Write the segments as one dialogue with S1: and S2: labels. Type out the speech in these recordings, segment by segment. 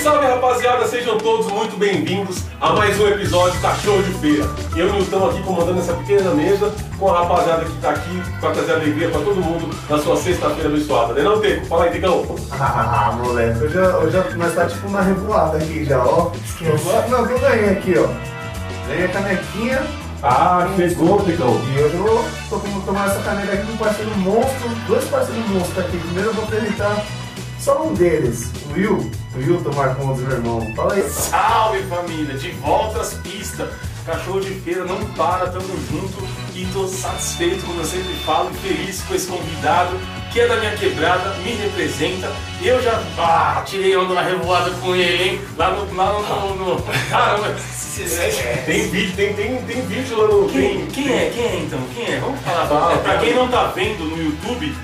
S1: rapaziada, sejam todos muito bem-vindos a mais um episódio Cachorro de Feira. Eu, Nilton, aqui comandando essa pequena mesa com a rapaziada que tá aqui pra trazer alegria pra todo mundo na sua sexta-feira abençoada, né não, Teco? Fala aí, Tecão.
S2: Ah, moleque, hoje, hoje nós tá tipo na revoada aqui já, ó. Esqueci. Não, eu ganhei aqui, ó. Ganhei a canequinha.
S1: Ah, chegou, Tecão.
S2: E hoje eu vou- tô com tomar essa caneca aqui com um parceiro monstro, dois parceiros monstros aqui. Primeiro eu vou apresentar só um deles, o Will. tá O Wilton Marcondes, meu irmão. Fala aí.
S3: Salve família, de volta às pistas. Cachorro de feira não para, tamo junto e tô satisfeito, como eu sempre falo, e feliz com esse convidado que é da minha quebrada, me representa. Eu já ah, tirei onda na revoada com ele, hein? Lá no. Lá no, no, no- Caramba! É,
S1: Tem vídeo, tem, tem, tem vídeo lá no.
S3: Quem,
S1: tem-
S3: quem é? Quem é então? Quem é? Vamos falar.
S1: Fala,
S3: É, pra
S1: fala.
S3: quem não tá vendo no YouTube,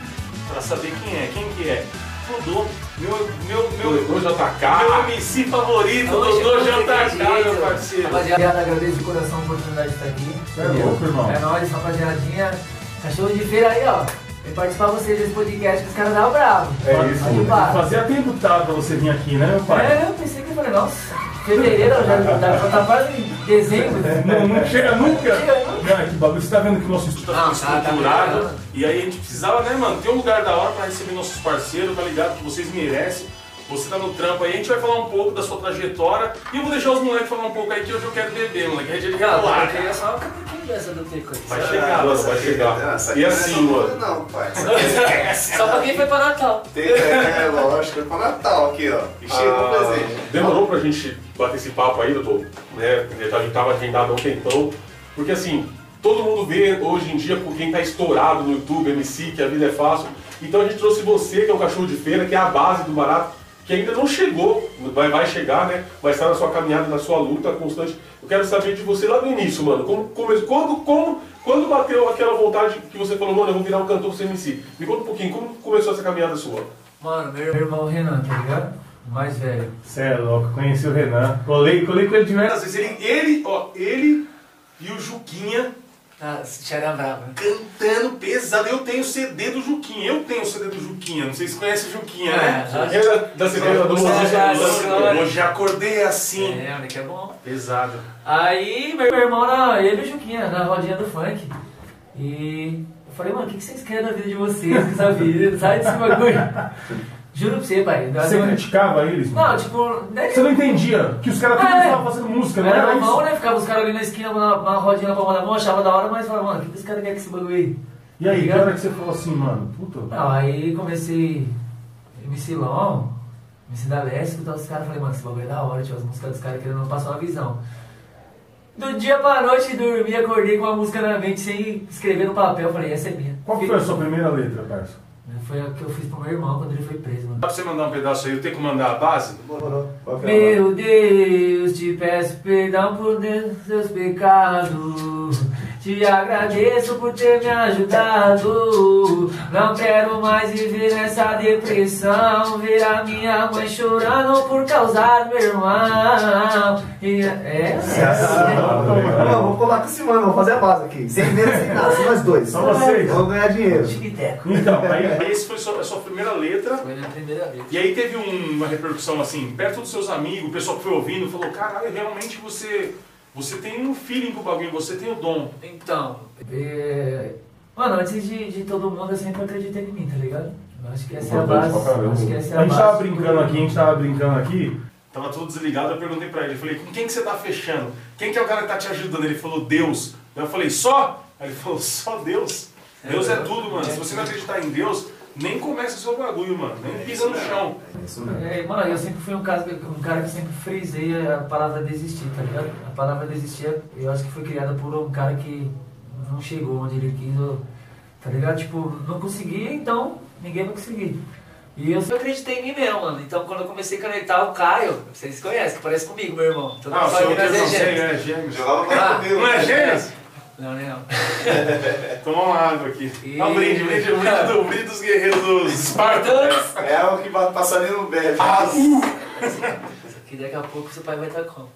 S3: pra saber quem é, quem que é? Dodô, meu. meu, meu
S1: Meu
S3: meu
S1: JK.
S3: MC favorito,
S4: Hoje é
S3: Dodô
S4: eu não
S3: JK,
S4: tenho jeito.
S3: meu parceiro.
S4: Rapaziada, agradeço de coração a oportunidade de estar aqui.
S2: É louco, irmão.
S4: É nóis, rapaziadinha. Cachorro de feira aí, ó. Vem participar vocês desse podcast que os caras davam bravo.
S2: É isso,
S4: Aí,
S2: mano.
S4: pá.
S5: Fazia tempo que tava pra você vir aqui, né, meu pai?
S4: É, eu pensei que eu falei, nossa, fevereiro já dá pra tá quase em dezembro.
S2: É.
S5: Não, não chega nunca.
S4: Chega nunca.
S3: é
S5: Não, que bagulho. Você tá vendo que o nosso estúdio
S4: Não, tá, tá
S3: estruturado.
S4: melhorando.
S3: e aí a gente precisava, né, mano, ter um lugar da hora pra receber nossos parceiros, tá ligado? Que vocês merecem. Você tá no trampo aí, a gente vai falar um pouco da sua trajetória. E eu vou deixar os moleques falar um pouco aí que hoje eu quero beber, moleque. A gente quer
S4: Não, eu
S3: pular.
S4: queria só uma canequinha dessa do Teco. aí.
S3: Vai chegar,
S1: mano,
S3: mano.
S1: vai chegar. E
S3: é
S1: assim, mano.
S2: Não, é pai.
S4: Só pra quem foi tá. pra Natal.
S2: Tem é, lógico, é pra Natal aqui, ó. E
S1: Ah, demorou pra gente bater esse papo aí, doutor. Né? A gente tava agendado há um tempão. Porque assim, todo mundo vê hoje em dia por quem tá estourado no YouTube, MC, que a vida é fácil. Então a gente trouxe você, que é um cachorro de feira, que é a base do barato, que ainda não chegou, vai, vai chegar, né? Mas está na sua caminhada, na sua luta constante. Eu quero saber de você lá no início, mano. Como, como- quando, como, quando bateu aquela vontade que você falou, mano, eu vou virar um cantor sem MC? Me conta um pouquinho, como começou essa caminhada sua?
S4: Mano, meu irmão Renan, tá ligado? O mais velho.
S5: Você é louco, conheci o Renan. Colei, colei com ele
S3: Às
S5: diversas
S3: vezes ele, ele, ó, ele e o Juquinha
S4: Ah, se era brava. né?
S3: cantando pesado. Eu tenho o CD do Juquinha. Eu tenho o CD do Juquinha. Não sei se conhece o Juquinha, né?
S4: É,
S1: Era da cerveja do
S4: Você
S1: Mozart.
S4: É. já-
S3: Hoje- Hoje acordei assim.
S4: É, moleque, é bom.
S3: Pesado.
S4: Aí meu irmão, na, ele e o Juquinha, na rodinha do funk. E eu falei, mano, o que que vocês querem da vida de vocês? Essa vida, sai desse bagulho. Juro pra você, pai. nós-
S5: Você criticava eles? mano?
S4: Não, tipo, nem-
S5: Você não entendia que os caras tudo
S4: É.
S5: estavam fazendo música, não
S4: era
S5: era
S4: normal,
S5: isso?
S4: né? Ficava os caras ali na esquina, uma, uma rodinha na palma da mão, achava da hora, mas falava, mano, o que que os caras querem com esse bagulho aí? Tá
S5: E aí, que
S4: Ligado?
S5: hora que você falou assim, mano? Puta.
S4: Não, aí comecei MC Long, MC da Leste, escutar os caras, falei, mano, esse bagulho é da hora, tipo, as músicas dos caras querendo passar uma visão. Do dia pra noite dormi, acordei com a música na mente sem escrever no papel, falei, essa é minha.
S5: Qual que foi a sua primeira letra, Carson?
S4: Foi a que eu fiz pro meu irmão quando ele foi preso, mano.
S3: Dá pra você mandar um pedaço aí? Eu tenho que mandar a base?
S2: é
S4: Meu Deus, te peço perdão por de- seus pecados. Te agradeço por ter me ajudado. Não quero mais viver nessa depressão. Ver a minha mãe chorando por causa do meu irmão. E é.
S2: Não, vou colar com esse mano, vou fazer a base aqui. Sem medo, sem nada, só nós dois.
S5: Só vocês.
S2: Vamos ganhar dinheiro.
S4: Chiquiteco.
S5: Então, aí.
S3: Esse foi sua- a sua primeira letra.
S4: Foi na primeira vez.
S3: E aí teve um- uma repercussão assim, perto dos seus amigos, o pessoal que foi ouvindo falou, caralho, realmente você, você tem um feeling pro bagulho, você tem o dom.
S4: Então, é, mano, antes de, de todo mundo, eu sempre acreditei em mim, tá ligado? Eu acho que essa é a
S5: Importante
S4: base.
S5: pra caramba.
S4: Acho que essa é a
S5: A gente
S4: base.
S5: tava brincando aqui, a gente tava brincando aqui.
S3: Tava tudo desligado, eu perguntei pra ele, falei, com quem que você tá fechando? Quem que é o cara que tá te ajudando? Ele falou, Deus. Daí eu falei, só? Aí ele falou, só Deus. Deus é tudo, mano. Se você não acreditar em Deus, nem começa o seu bagulho, mano. Nem pisa no chão.
S2: Isso mesmo.
S4: É, mano, eu sempre fui um, caso, um cara que sempre frisei a palavra desistir, tá ligado? A palavra desistir, eu acho que foi criada por um cara que não chegou onde ele quis, ou- tá ligado? Tipo, não consegui, então ninguém vai conseguir. E eu sempre acreditei em mim mesmo, mano. Então quando eu comecei a conectar o Caio, vocês conhecem, que parece comigo, meu irmão. Todo
S3: Ah, o
S4: mundo sabe
S3: seu
S4: que nós
S3: Deus
S4: é
S3: não
S4: gêmeo.
S3: é gêmeo.
S4: Ah,
S3: Não é gêmeo?
S4: não, né, não.
S3: Tomar uma água aqui.
S4: E-
S3: Dá um brinde, brinde, brinde, do, brinde dos guerreiros dos Espartanos.
S2: É o que passar ali no bebe.
S5: Ah,
S4: Que daqui a pouco seu pai vai estar como?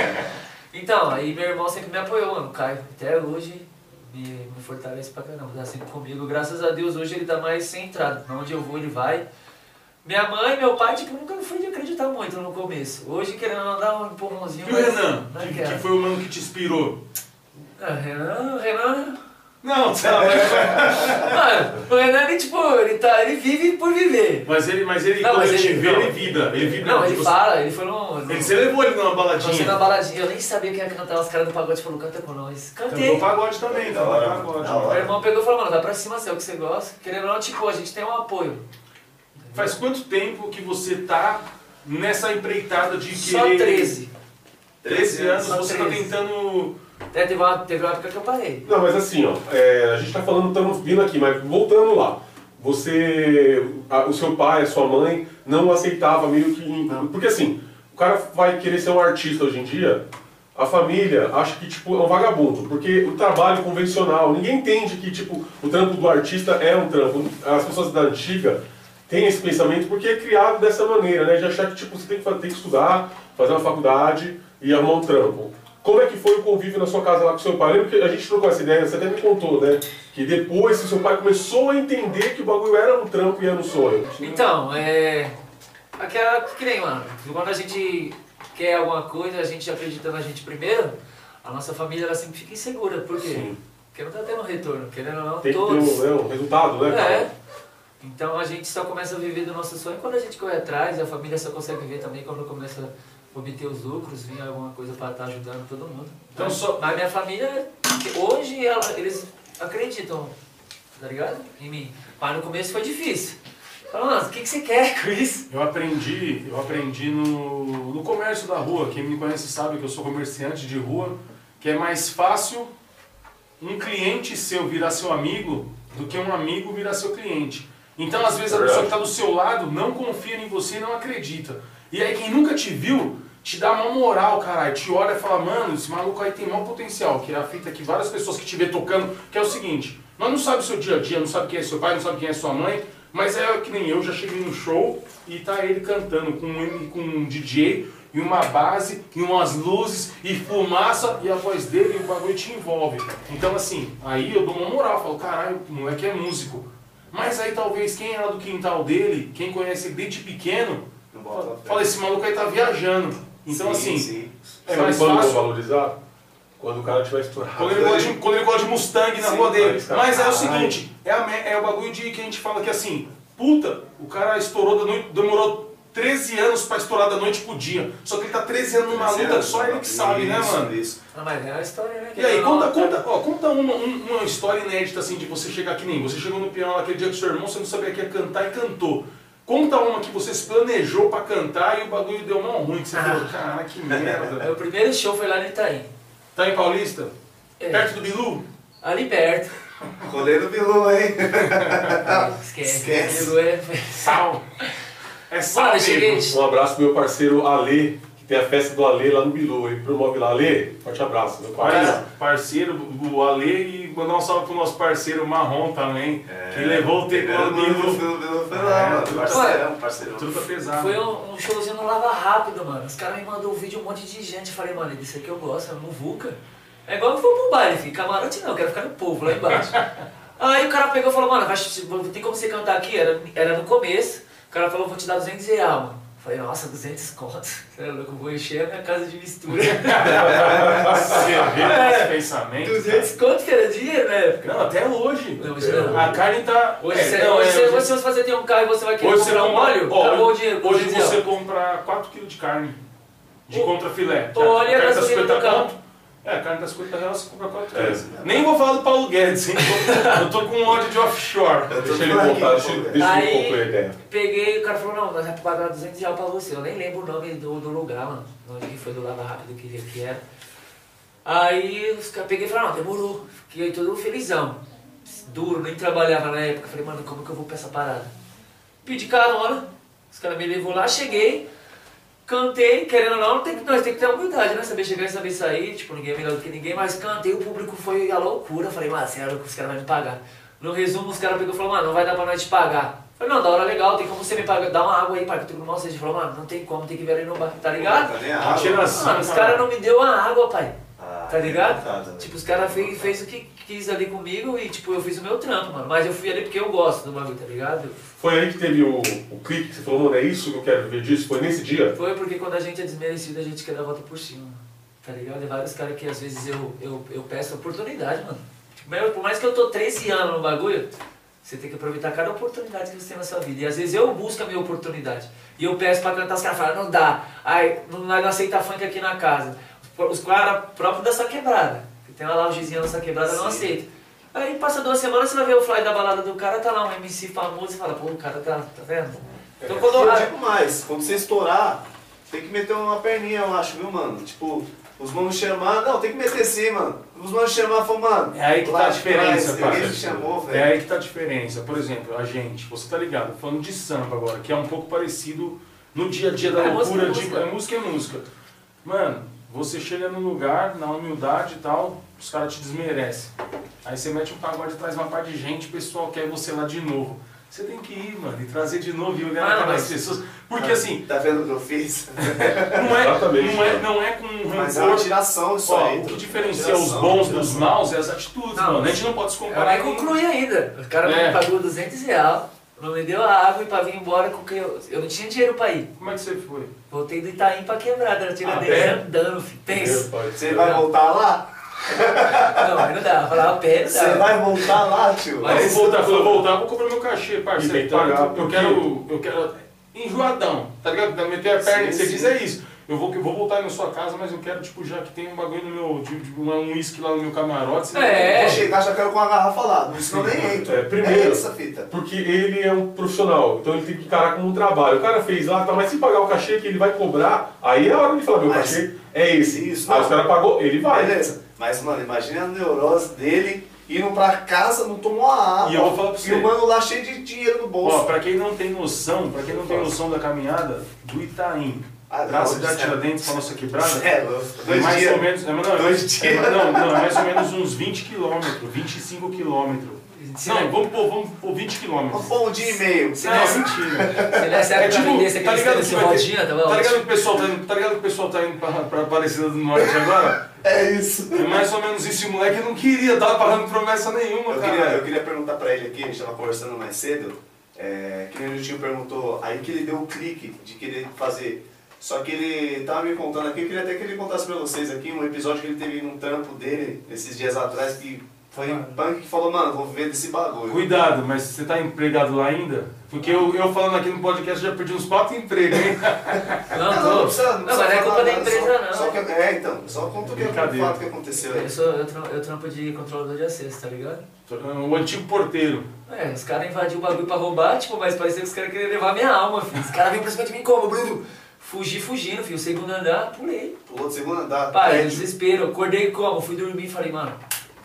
S4: então, aí meu irmão sempre me apoiou, mano. O Caio, até hoje, me, me fortalece pra caramba. Tá sempre comigo. Graças a Deus, hoje ele tá mais centrado. Pra onde eu vou, ele vai. Minha mãe e meu pai, tipo, nunca fui de acreditar muito no começo. Hoje, querendo ou não, dá um empurrãozinho.
S5: E o
S4: mas
S5: Renan,
S4: não
S5: que,
S4: quero.
S5: que foi o mano que te inspirou?
S4: Ah, Renan, Renan...
S5: Não,
S3: tá
S5: não
S4: Mano, o Renan, ele, tipo, ele, tá, ele vive por viver.
S5: mas ele, mas ele
S4: Não,
S5: quando
S4: mas
S5: ele te
S4: ele-
S5: vê,
S4: não.
S5: ele vibra. Ele vibra.
S4: Não, ele
S5: Tipo,
S4: fala, ele foi num... num-
S5: ele- você levou ele numa
S4: Nós fomos
S5: baladinha.
S4: na baladinha, eu nem sabia quem ia cantar, os caras do pagode falou, canta com nós.
S5: Cantou
S4: Cantei.
S5: pagode também, tá
S6: Da
S5: lá
S6: hora,
S5: pagode.
S6: da hora.
S4: Meu irmão pegou e falou, mano, vai pra cima, seu, o que você gosta. Querendo ou não, tipo, a gente tem um apoio.
S5: Faz quanto tempo que você tá nessa empreitada de
S4: Só
S5: querer...
S4: 13.
S5: 13 anos,
S4: Só
S5: você
S4: 13.
S5: tá tentando...
S4: É, teve, uma, teve uma época que eu parei.
S3: Não, mas assim, ó, é, a gente tá falando, estamos vindo aqui, mas voltando lá. Você, a- o seu pai, a sua mãe não aceitava meio que. Porque assim, o cara vai querer ser um artista hoje em dia, a família acha que tipo, é um vagabundo, porque o trabalho convencional, ninguém entende que tipo, o trampo do artista é um trampo. As pessoas da antiga têm esse pensamento porque é criado dessa maneira, né? De achar que tipo, você tem que, fa- tem que estudar, fazer uma faculdade e arrumar um trampo. Como é que foi o convívio na sua casa lá com seu pai? Eu Lembro que a gente trocou essa ideia, você até me contou, né? Que depois que seu pai começou a entender que o bagulho era um trampo e era um sonho.
S4: Então, é... Aquela que nem, mano, quando a gente quer alguma coisa, a gente acredita na gente primeiro, a nossa família, ela sempre fica insegura. Por quê?
S3: Sim.
S4: Porque não tá tendo retorno, querendo ou não,
S3: Tem que ter
S4: todos...
S3: um, né, um resultado, né? cara?
S4: É. Então a gente só começa a viver do nosso sonho quando a gente corre atrás, e a família só consegue ver também quando começa a obter os lucros, vir alguma coisa para estar ajudando todo mundo.
S5: Então,
S4: mas,
S5: só-
S4: mas minha família, hoje ela- eles acreditam, tá ligado? Em mim. Mas no começo foi difícil. Falou, mano, o que, que você quer com isso?
S5: Eu aprendi, eu aprendi no, no comércio da rua. Quem me conhece sabe que eu sou comerciante de rua, que é mais fácil um cliente seu virar seu amigo do que um amigo virar seu cliente. Então, às vezes, a pessoa que está do seu lado não confia em você e não acredita. E aí, quem nunca te viu, te dá uma moral, caralho. Te olha e fala, mano, esse maluco aí tem mau potencial. Que é a fita que várias pessoas que te vê tocando, que é o seguinte, nós não sabe o seu dia a dia, não sabe quem é seu pai, não sabe quem é sua mãe, mas é que nem eu, já cheguei num show e tá ele cantando com um, com um DJ e uma base e umas luzes e fumaça e a voz dele e o bagulho te envolve. Então assim, aí eu dou uma moral, falo, caralho, o moleque é músico. Mas aí talvez quem era do quintal dele, quem conhece ele desde pequeno,
S6: Não bota fé.
S5: fala, esse maluco aí tá viajando. Então
S6: Sim,
S5: assim,
S6: sim.
S5: é
S3: Sabe
S5: mais
S3: quando eu vou
S5: fácil.
S3: valorizar? Quando o cara tiver estourado.
S5: Quando ele, gosta de, quando ele gosta de Mustang na rua dele.
S3: mas, cara,
S5: Mas é o
S3: caralho.
S5: seguinte, é, a me- é o bagulho de que a gente fala que assim, puta, o cara estourou da noite, demorou 13 anos pra estourar da noite pro dia. Só que ele tá 13 anos numa luta que só ele que sabe, né,
S6: Isso,
S5: mano?
S6: Isso.
S4: Ah, mas é uma história, né?
S5: E aí, conta, conta, ó, conta uma, um- uma história inédita assim de você chegar que nem você chegou no piano aquele dia com seu irmão, você não sabia que ia cantar e cantou. Conta uma que você se planejou pra cantar e o bagulho deu mão ruim, que você falou, cara, que
S4: Aí, o
S5: merda.
S4: primeiro show foi lá no Itaim.
S5: Tá em Paulista?
S4: É,
S5: Perto do Bilu?
S4: Ali perto.
S6: Rolê do Bilu, hein?
S4: Esquece.
S6: Esquece.
S4: Amigo, é-
S5: Sal. É sal
S4: Mano, eu
S5: mesmo.
S4: cheguei,
S3: Um abraço pro meu parceiro Ale, que tem a festa do Ale lá no Bilu. Ele promove lá. Ale, forte abraço, meu
S5: Olha,
S3: parceiro.
S5: parceiro, o Ale, e mandar um salve pro nosso parceiro Marrom também,
S4: É,
S5: que levou o É,
S6: Primeiro
S5: teclado
S6: Bilu,
S5: do
S6: Bilu, Bilu foi lá, mano. Parceirão, parceirão.
S5: Tudo tá pesado.
S4: Foi um, um showzinho no Lava Rápido, mano. Os caras me mandou um vídeo, um monte de gente. Eu Falei, mano, isso aqui eu gosto, é muvuca. É igual eu vou pro baile, filho. Camarote não, eu quero ficar no povo lá embaixo. Aí o cara pegou e falou, mano, vai- tem como você cantar aqui? Era, era no começo. O cara falou, vou te dar 200 reais, mano. Eu Falei, nossa, 200 conto. Você é louco, eu vou encher a minha casa de mistura.
S5: Você vê
S4: É.
S5: os pensamentos.
S4: 200 conto que era dinheiro na época.
S5: Não, até hoje.
S4: Não, hoje não.
S5: A Karen tá.
S4: Hoje,
S5: é,
S4: você,
S5: não,
S4: hoje,
S5: é,
S4: você- hoje se você tem um carro e você vai querer
S5: hoje você
S4: comprar um
S5: compra-
S4: óleo,
S5: ó,
S4: acabou o
S5: hoje-
S4: dinheiro. é com
S5: Hoje
S4: 200
S5: você
S4: reais.
S5: compra 4kg de carne. De
S4: O-
S5: contrafilé.
S4: o óleo e a
S5: carne tá
S4: gasolina
S5: 50
S4: do carro.
S5: conto. É, a carne tá 50 reais, você compra 4
S3: É.
S5: quilos. Nem vou falar do Paulo Guedes, hein? Eu tô com ódio de offshore.
S6: Eu tô
S3: Deixa ele
S6: por aqui,
S3: contar,
S6: pô,
S3: deixa,
S6: velho.
S3: deixa ele
S4: Aí-
S3: concluir a ideia.
S4: Peguei, o cara falou, não, nós vamos pagar 200 reais pra você. Eu nem lembro o nome do, do lugar, mano. Onde que foi do Lava Rápido que, que era. Aí os caras peguei e falaram, não, demorou. Fiquei todo felizão. Duro, nem trabalhava na época. Falei, mano, como que eu vou pra essa parada? Pedi carona, os caras me levou lá, cheguei, cantei, querendo ou não, tem que, nós tem que ter humildade, né? Saber chegar e saber sair, tipo, ninguém é melhor do que ninguém, mas cantei, o público foi a loucura. Falei, mano, você é louco, os caras vão me pagar. No resumo, os caras pegou e falou, mano, não vai dar pra nós te pagar. Falei, não, da hora legal, tem como você me pagar, dá uma água aí, pai, que tu não mal seja. Falou, mano, não tem como, tem que vir ali no bar, tá ligado?
S6: Tá nem a
S5: Atira
S6: água.
S5: assim,
S4: Mano, os caras não me deu a água, pai.
S6: Ah,
S4: Tá ligado?
S2: Coitado.
S4: Tipo, os caras fez, fez o que quis ali comigo e, tipo, eu fiz o meu trampo, mano. Mas eu fui ali porque eu gosto do bagulho, tá ligado?
S3: Foi aí que teve o, o clique que você falou, mano, é isso que eu quero ver disso? Foi nesse dia?
S4: Foi porque quando a gente é desmerecido, a gente quer dar a volta por cima. Tá ligado? E vários caras que às vezes eu, eu, eu peço oportunidade, mano. Tipo, mesmo- por mais que eu tô 13 anos no bagulho, você tem que aproveitar cada oportunidade que você tem na sua vida. E às vezes eu busco a minha oportunidade. E eu peço pra cantar, os caras falam, não dá. Aí não, é não aceita funk aqui na casa. Os caras próprios da sua quebrada. que Tem uma loungezinha na sua quebrada, não aceita. Aí passa duas semanas, você vai ver o fly da balada do cara, tá lá um MC famoso e fala, pô, o cara tá, tá vendo?
S2: É,
S4: Então quando
S2: Eu digo mais, quando você estourar, tem que meter uma perninha, eu acho, viu, mano? Tipo, os manos chamar, não, tem que meter sim, mano. Os manos chamar, falou, mano.
S5: É aí que
S2: lá
S5: tá a diferença,
S2: atrás,
S5: parça.
S2: Ninguém me chamou,
S5: É
S2: velho.
S5: aí que tá a diferença. Por exemplo, a gente, você tá ligado, falando de samba agora, que é um pouco parecido no dia a dia da
S4: É, música é
S5: loucura,
S4: música.
S5: de, é música é música. Mano, você chega num lugar, na humildade e tal, os caras te desmerecem. Aí você mete um pagode atrás de uma par de gente, o pessoal quer você lá de novo. Você tem que ir, mano, e trazer de novo e olhar
S4: Ah,
S5: na cara
S4: mas-
S5: das pessoas. Porque assim,
S2: Tá vendo o que eu fiz?
S5: não é,
S3: Exatamente,
S5: não é,
S3: cara.
S5: não é com um
S2: Mas é uma
S5: rancor
S2: tiração isso
S5: Ó,
S2: aí.
S5: o que
S2: tudo.
S5: diferencia
S2: Tiração,
S5: os bons
S2: tiração.
S5: dos maus é as atitudes,
S4: Não, é
S5: mano. A gente não pode se
S4: Eu
S5: comparar
S4: nem
S5: com...
S4: concluí ainda. O cara
S5: É.
S4: me pagou 200 reais, não me deu a água e pra vir embora, com que eu, eu não tinha dinheiro pra ir.
S5: Como é que você foi?
S4: Voltei do Itaim pra quebrada, era tirar
S5: A
S4: dele
S5: pé?
S4: andando, filho. Pensa.
S2: Você vai voltar lá?
S4: Não, aí não dá. Falava a pé, não
S2: Você
S4: dá.
S2: vai voltar lá, tio?
S5: Mas se voltar, quando eu voltar, vou cobrar meu cachê,
S3: E tem
S5: parceiro.
S3: que pagar,
S5: Paga, eu
S3: porque-
S5: quero. Eu quero. Enjoadão, tá ligado? Pra Meter a perna
S2: Sim,
S5: que você
S2: sim.
S5: diz é isso. Eu vou, eu vou voltar na sua casa, mas eu quero, tipo, já que tem um bagulho no meu. de- de uma- um uísque lá no meu camarote, você
S2: Vou
S4: É.
S2: chegar, já quero com uma garrafa lá. Não, senão nem entro.
S3: É, primeiro.
S2: É essa fita.
S3: Porque ele é um profissional, então ele tem que encarar como um trabalho. O cara fez lá, tá, mas se pagar o cachê que ele vai cobrar, aí é a hora de falar, meu
S2: Mas-
S3: cachê é esse.
S2: Isso,
S3: aí
S2: não.
S3: o cara pagou, ele vai.
S2: Beleza. Mas, mano, imagina a neurose dele indo pra casa, não tomou a água.
S5: E eu vou falar pra
S2: E
S5: você.
S2: o mano lá cheio de dinheiro no bolso.
S5: Ó, pra quem não tem noção, pra quem não tem noção da caminhada, do Itaim.
S2: Ah,
S5: da
S2: não,
S5: cidade
S2: isso é-
S5: Tiradentes pra nossa quebrada.
S2: É, dois
S5: É mais
S2: dias.
S5: ou menos. é, mas não, é-
S2: Dois
S5: é,
S2: dias.
S5: não, não, é mais ou menos uns 20 quilômetros, 25 quilômetros.
S4: Se
S5: Não,
S4: não,
S5: vamos pôr, vamos pôr 20
S2: Um
S5: quilômetros.
S2: bom dia e meio.
S4: se
S5: Não, é
S4: nessa,
S5: mentira.
S4: se nessa
S5: É
S4: época
S5: tipo,
S4: vendesse
S5: tá
S4: aquele
S5: ligado que
S4: esse
S5: vai ter-
S4: rodinha, Tipo, tava
S5: Tá ligado que
S4: ótimo.
S5: o pessoal tá indo, tá ligado que o pessoal tá indo pra, pra Aparecida do Norte agora?
S2: É isso.
S5: É mais ou menos isso, e o moleque não queria, tava pagando promessa nenhuma,
S2: Eu
S5: cara.
S2: queria, eu queria perguntar pra ele aqui, a gente tava conversando mais cedo, é, que nem o Niltinho perguntou, aí que ele deu o clique de querer fazer. Só que ele tava me contando aqui, eu queria até que ele contasse pra vocês aqui um episódio que ele teve num trampo dele, esses dias atrás, que foi um punk que falou, mano, vou viver desse bagulho.
S5: Cuidado, mas você tá empregado lá ainda? Porque eu, eu falando aqui no podcast já perdi uns quatro empregos, hein?
S4: Não, não, não, mas não é
S2: falar
S4: culpa da
S2: nada,
S4: empresa,
S2: só-
S4: não.
S2: Só que, é, então, só conta o que- o
S5: Brincadeira.
S2: fato que aconteceu aí.
S5: né?
S4: Eu, sou, eu, tram- eu trampo de controlador de acesso, tá ligado?
S5: O antigo porteiro.
S4: É, os caras invadiram o bagulho pra roubar, tipo, mas parecia que os caras queriam levar minha alma, filho. Os caras vêm pra cima de mim como, Bruno? Fugi fugindo, filho. Segundo andar, pulei.
S2: Pulou do segundo andar,
S4: Pai, eu
S2: prédio.
S4: é desespero, acordei como? Fui dormir e falei, mano,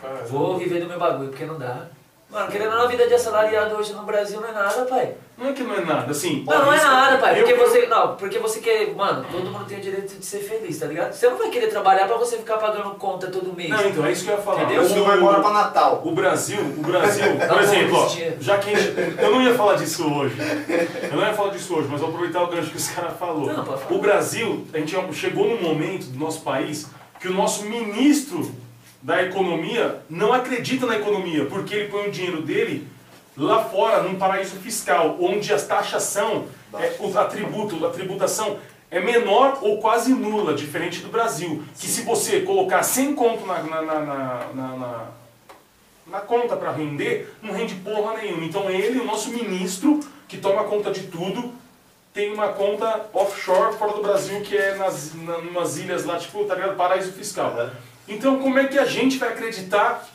S5: Ah, é
S4: vou viver do meu bagulho, porque não dá. Mano, querendo ou não, a vida de assalariado hoje no Brasil não é nada, pai.
S5: Não é que não é nada, assim.
S4: Não, não é nada, pai.
S5: Eu-
S4: Porque
S5: eu-
S4: você. Não, porque você quer. Mano, todo mundo tem o direito de ser feliz, tá ligado? Você não vai querer trabalhar pra você ficar pagando conta todo mês.
S5: Não, então, é isso que eu ia falar.
S4: Entendeu?
S2: Eu fui embora pra Natal.
S5: O Brasil, o Brasil,
S4: Tá bom,
S5: por exemplo, ó,
S4: existia.
S5: já que a gente- eu não ia falar disso hoje, eu não ia falar disso hoje, mas vou aproveitar o gancho que os caras falou.
S4: Não, pode falar.
S5: O Brasil, a gente é um- chegou num momento do nosso país que o nosso ministro da economia não acredita na economia, porque ele põe o dinheiro dele lá fora, num paraíso fiscal, onde as taxação, é, o atributo, a tributação é menor ou quase nula, diferente do Brasil. Que se você colocar 100 conto na- na- na- na- na- na na conta para render, não rende porra nenhuma. Então ele, o nosso ministro, que toma conta de tudo, tem uma conta offshore fora do Brasil, que é nas na, umas ilhas lá, tipo, tá ligado? Paraíso fiscal.
S2: Uhum.
S5: Então como é que a gente vai acreditar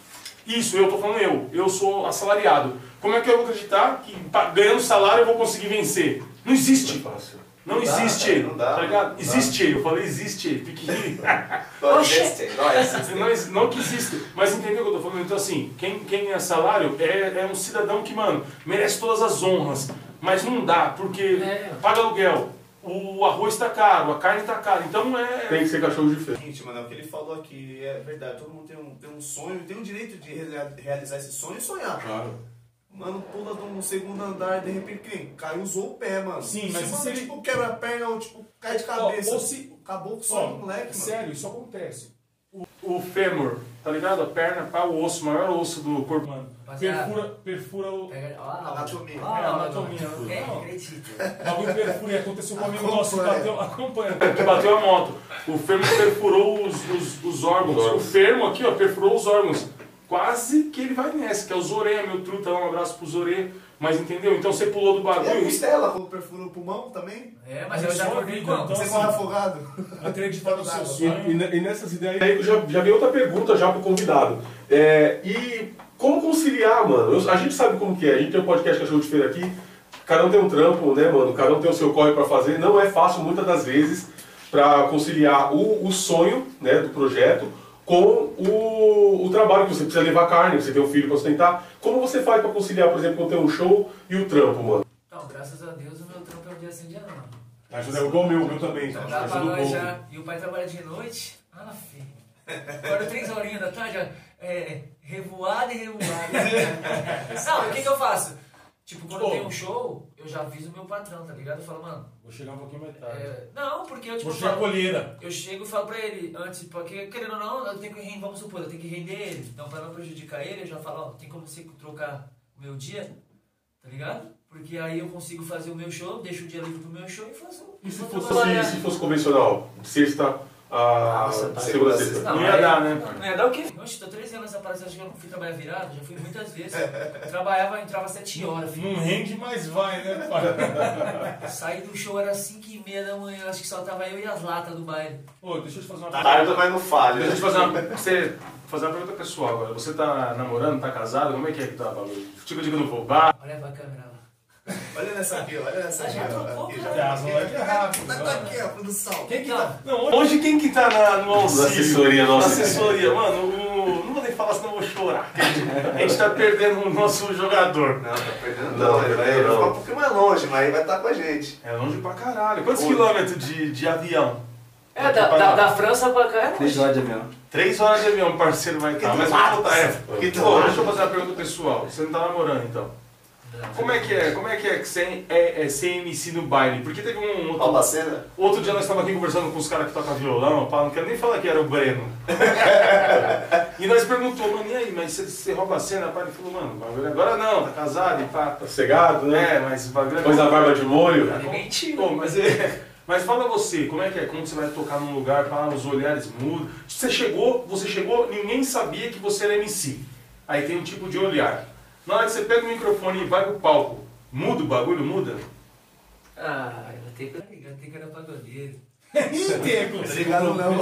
S5: isso? Eu tô falando eu, eu sou assalariado. Como é que eu vou acreditar que pa- ganhando salário eu vou conseguir vencer? Não existe.
S3: Fácil.
S2: dá,
S5: Não, existe.
S2: é não dá,
S5: tá
S2: não
S5: ligado?
S2: dá.
S5: Existe. Eu falei existe. Fique rindo.
S4: Oxê.
S2: Nordeste, nós.
S5: Mas não que exista. Mas entendeu o que eu tô falando? Então, assim, quem, quem é salário é, é um cidadão que, mano, merece todas as honras. Mas não dá, porque
S4: É.
S5: paga aluguel, o arroz tá caro, a carne tá cara. Então é.
S3: Tem que ser cachorro de feira.
S2: Seguinte, mano, é o que ele falou aqui é verdade. Todo mundo tem um, tem um sonho, tem o direito de rea- realizar esse sonho e sonhar.
S3: Claro.
S2: Mano, pula de um segundo andar, de repente quem? Caiu, usou o pé, mano.
S5: Sim, mas
S2: se
S5: se
S2: você,
S5: ele-
S2: tipo, quebra a perna ou, tipo, cai de cabeça.
S5: ou se- um
S4: é-
S2: Acabou com o sonho do moleque, mano.
S5: isso acontece. o, o fêmur, tá ligado? A perna, pá, o osso, o maior osso do corpo humano.
S4: Rapaziada.
S5: Perfura, perfura o.
S4: Pega, ó, lá,
S2: Anatomia.
S4: Ó, lá,
S5: É,
S4: mano.
S5: anatomia, não.
S4: Quem acredita?
S5: O bagulho perfura e aconteceu comigo
S2: Acompanha.
S5: nosso, que bateu, acompanha, É que bateu a moto. O fêmur perfurou os, os, os órgãos. O fêmur aqui, ó, perfurou os órgãos. Quase que ele vai nessa, que é o Zoreia, meu truta, lá um abraço pro Zoreia. Mas entendeu? Então você pulou do
S2: E a
S5: bagulho. e-
S2: costela, como perfura o pulmão também?
S4: É, mas eu já
S5: Sua
S4: acordei
S5: vida,
S4: como?
S5: então.
S2: Você
S5: assim,
S2: corre afogado?
S5: Acreditar no seu
S3: E, e
S5: sonho.
S3: ne- e nessas ideias aí já, já veio outra pergunta já pro convidado. É, e como conciliar, mano? Eu- a gente sabe como que é, a gente tem um podcast Cachorro de Feira aqui, cada um tem um trampo, né, mano? Cada um tem o seu corre pra fazer, não é fácil muitas das vezes pra conciliar o, o sonho né, do projeto com o, o trabalho que você precisa levar carne, você tem um filho pra sustentar. Como você faz pra conciliar, por exemplo, quando tem um show e o trampo, mano?
S4: Então, graças a Deus, o meu trampo é um dia sim, dia não.
S3: Ajuda igual o meu, o meu também.
S4: Então dá pra nós já. E o pai trabalha de noite? Ah, filho. Agora três horinhas da tarde, ó, é, revoada e revoada. Não, o que, que eu faço? Tipo, quando
S5: Ô.
S4: tem um show, eu já aviso o meu patrão, tá ligado? Eu falo, mano,
S5: Vou chegar um pouquinho mais tarde.
S4: é, não, porque eu tipo.
S5: Vou chegar a
S4: falo-
S5: colheira.
S4: Eu chego e falo pra ele antes, porque querendo ou não, eu tenho que render, vamos supor, eu tenho que render ele. Então pra não prejudicar ele, eu já falo, ó, tem como você trocar o meu dia, tá ligado? Porque aí eu consigo fazer o meu show, deixo o dia livre pro meu show e faço.
S3: E se
S4: vou
S3: fosse,
S4: trabalhar.
S3: se fosse convencional? Sexta
S5: Ah,
S3: a
S2: Nossa, tá.
S3: segunda a sexta.
S5: Não ia
S4: aí-
S5: dar, né?
S4: Não ia dar o quê? Oxe, tô três anos nessa parada, acho que eu não fui trabalhar virado, já fui muitas vezes. Trabalhava, entrava sete horas, filho.
S5: Não rende, mas vai, né, pai?
S4: Saí do show, era cinco e meia da manhã, acho que só tava eu e as latas do baile.
S5: Ô, deixa eu te fazer uma
S2: Tarda, mas não falha.
S5: Deixa eu te fazer uma, você, fazer uma pergunta pessoal agora. Você tá namorando, tá casado? Como é que é que tá, Pablo? Tipo, diga no roubar.
S4: Olha pra câmera lá.
S2: Olha nessa aqui, olha nessa
S4: Ah,
S2: aqui.
S4: já
S2: ó.
S4: trocou,
S2: Aqui,
S4: cara.
S2: já.
S5: as moleques é rápido.
S2: Tá tá aqui, ó, produção.
S4: Quem que tá?
S5: Não, hoje quem que tá na, no auxílio?
S3: Na assessoria nossa.
S5: Na assessoria, mano. o- não vou nem falar, senão eu vou chorar. A gente tá perdendo o nosso jogador.
S2: Não, tá perdendo
S3: Não,
S2: não, ele vai
S3: perdeu
S2: vai ficar
S3: não.
S2: um pouquinho mais longe, mas ele vai estar com a gente.
S5: É longe pra caralho. Quantos
S2: Hoje.
S5: quilômetros de, de avião?
S4: É, da, da, da França pra cá é longe.
S2: horas de avião.
S5: Três horas de avião, parceiro, vai estar. Mas vamos voltar. É. Ô, deixa eu fazer uma pergunta pessoal. Você não tá namorando, então? Como é que é? Como é que é que você é, é ser MC no baile? Porque teve um outro
S2: Albacena?
S5: Outro dia nós estávamos aqui conversando com os caras que tocam violão, pá, não quero nem falar que era o Breno. e nós perguntou, mano, e aí, mas você, você rouba a cena, pá? Ele falou, mano, o bagulho agora não, tá casado e pá.
S3: Tá cegado, né?
S5: É, mas o bagulho
S3: Depois da barba de molho.
S4: Ele mentiu.
S5: Bom, mas, é- mas fala você, como é que é? Quando você vai tocar num lugar, pá, os olhares mudam. Você chegou, você chegou, ninguém sabia que você era MC. Aí tem um tipo de olhar. Na hora que você pega o microfone e vai pro palco, muda o bagulho, muda?
S4: Ah, eu tenho que ligar, eu tenho que era pagodeiro.
S2: Obrigado, não.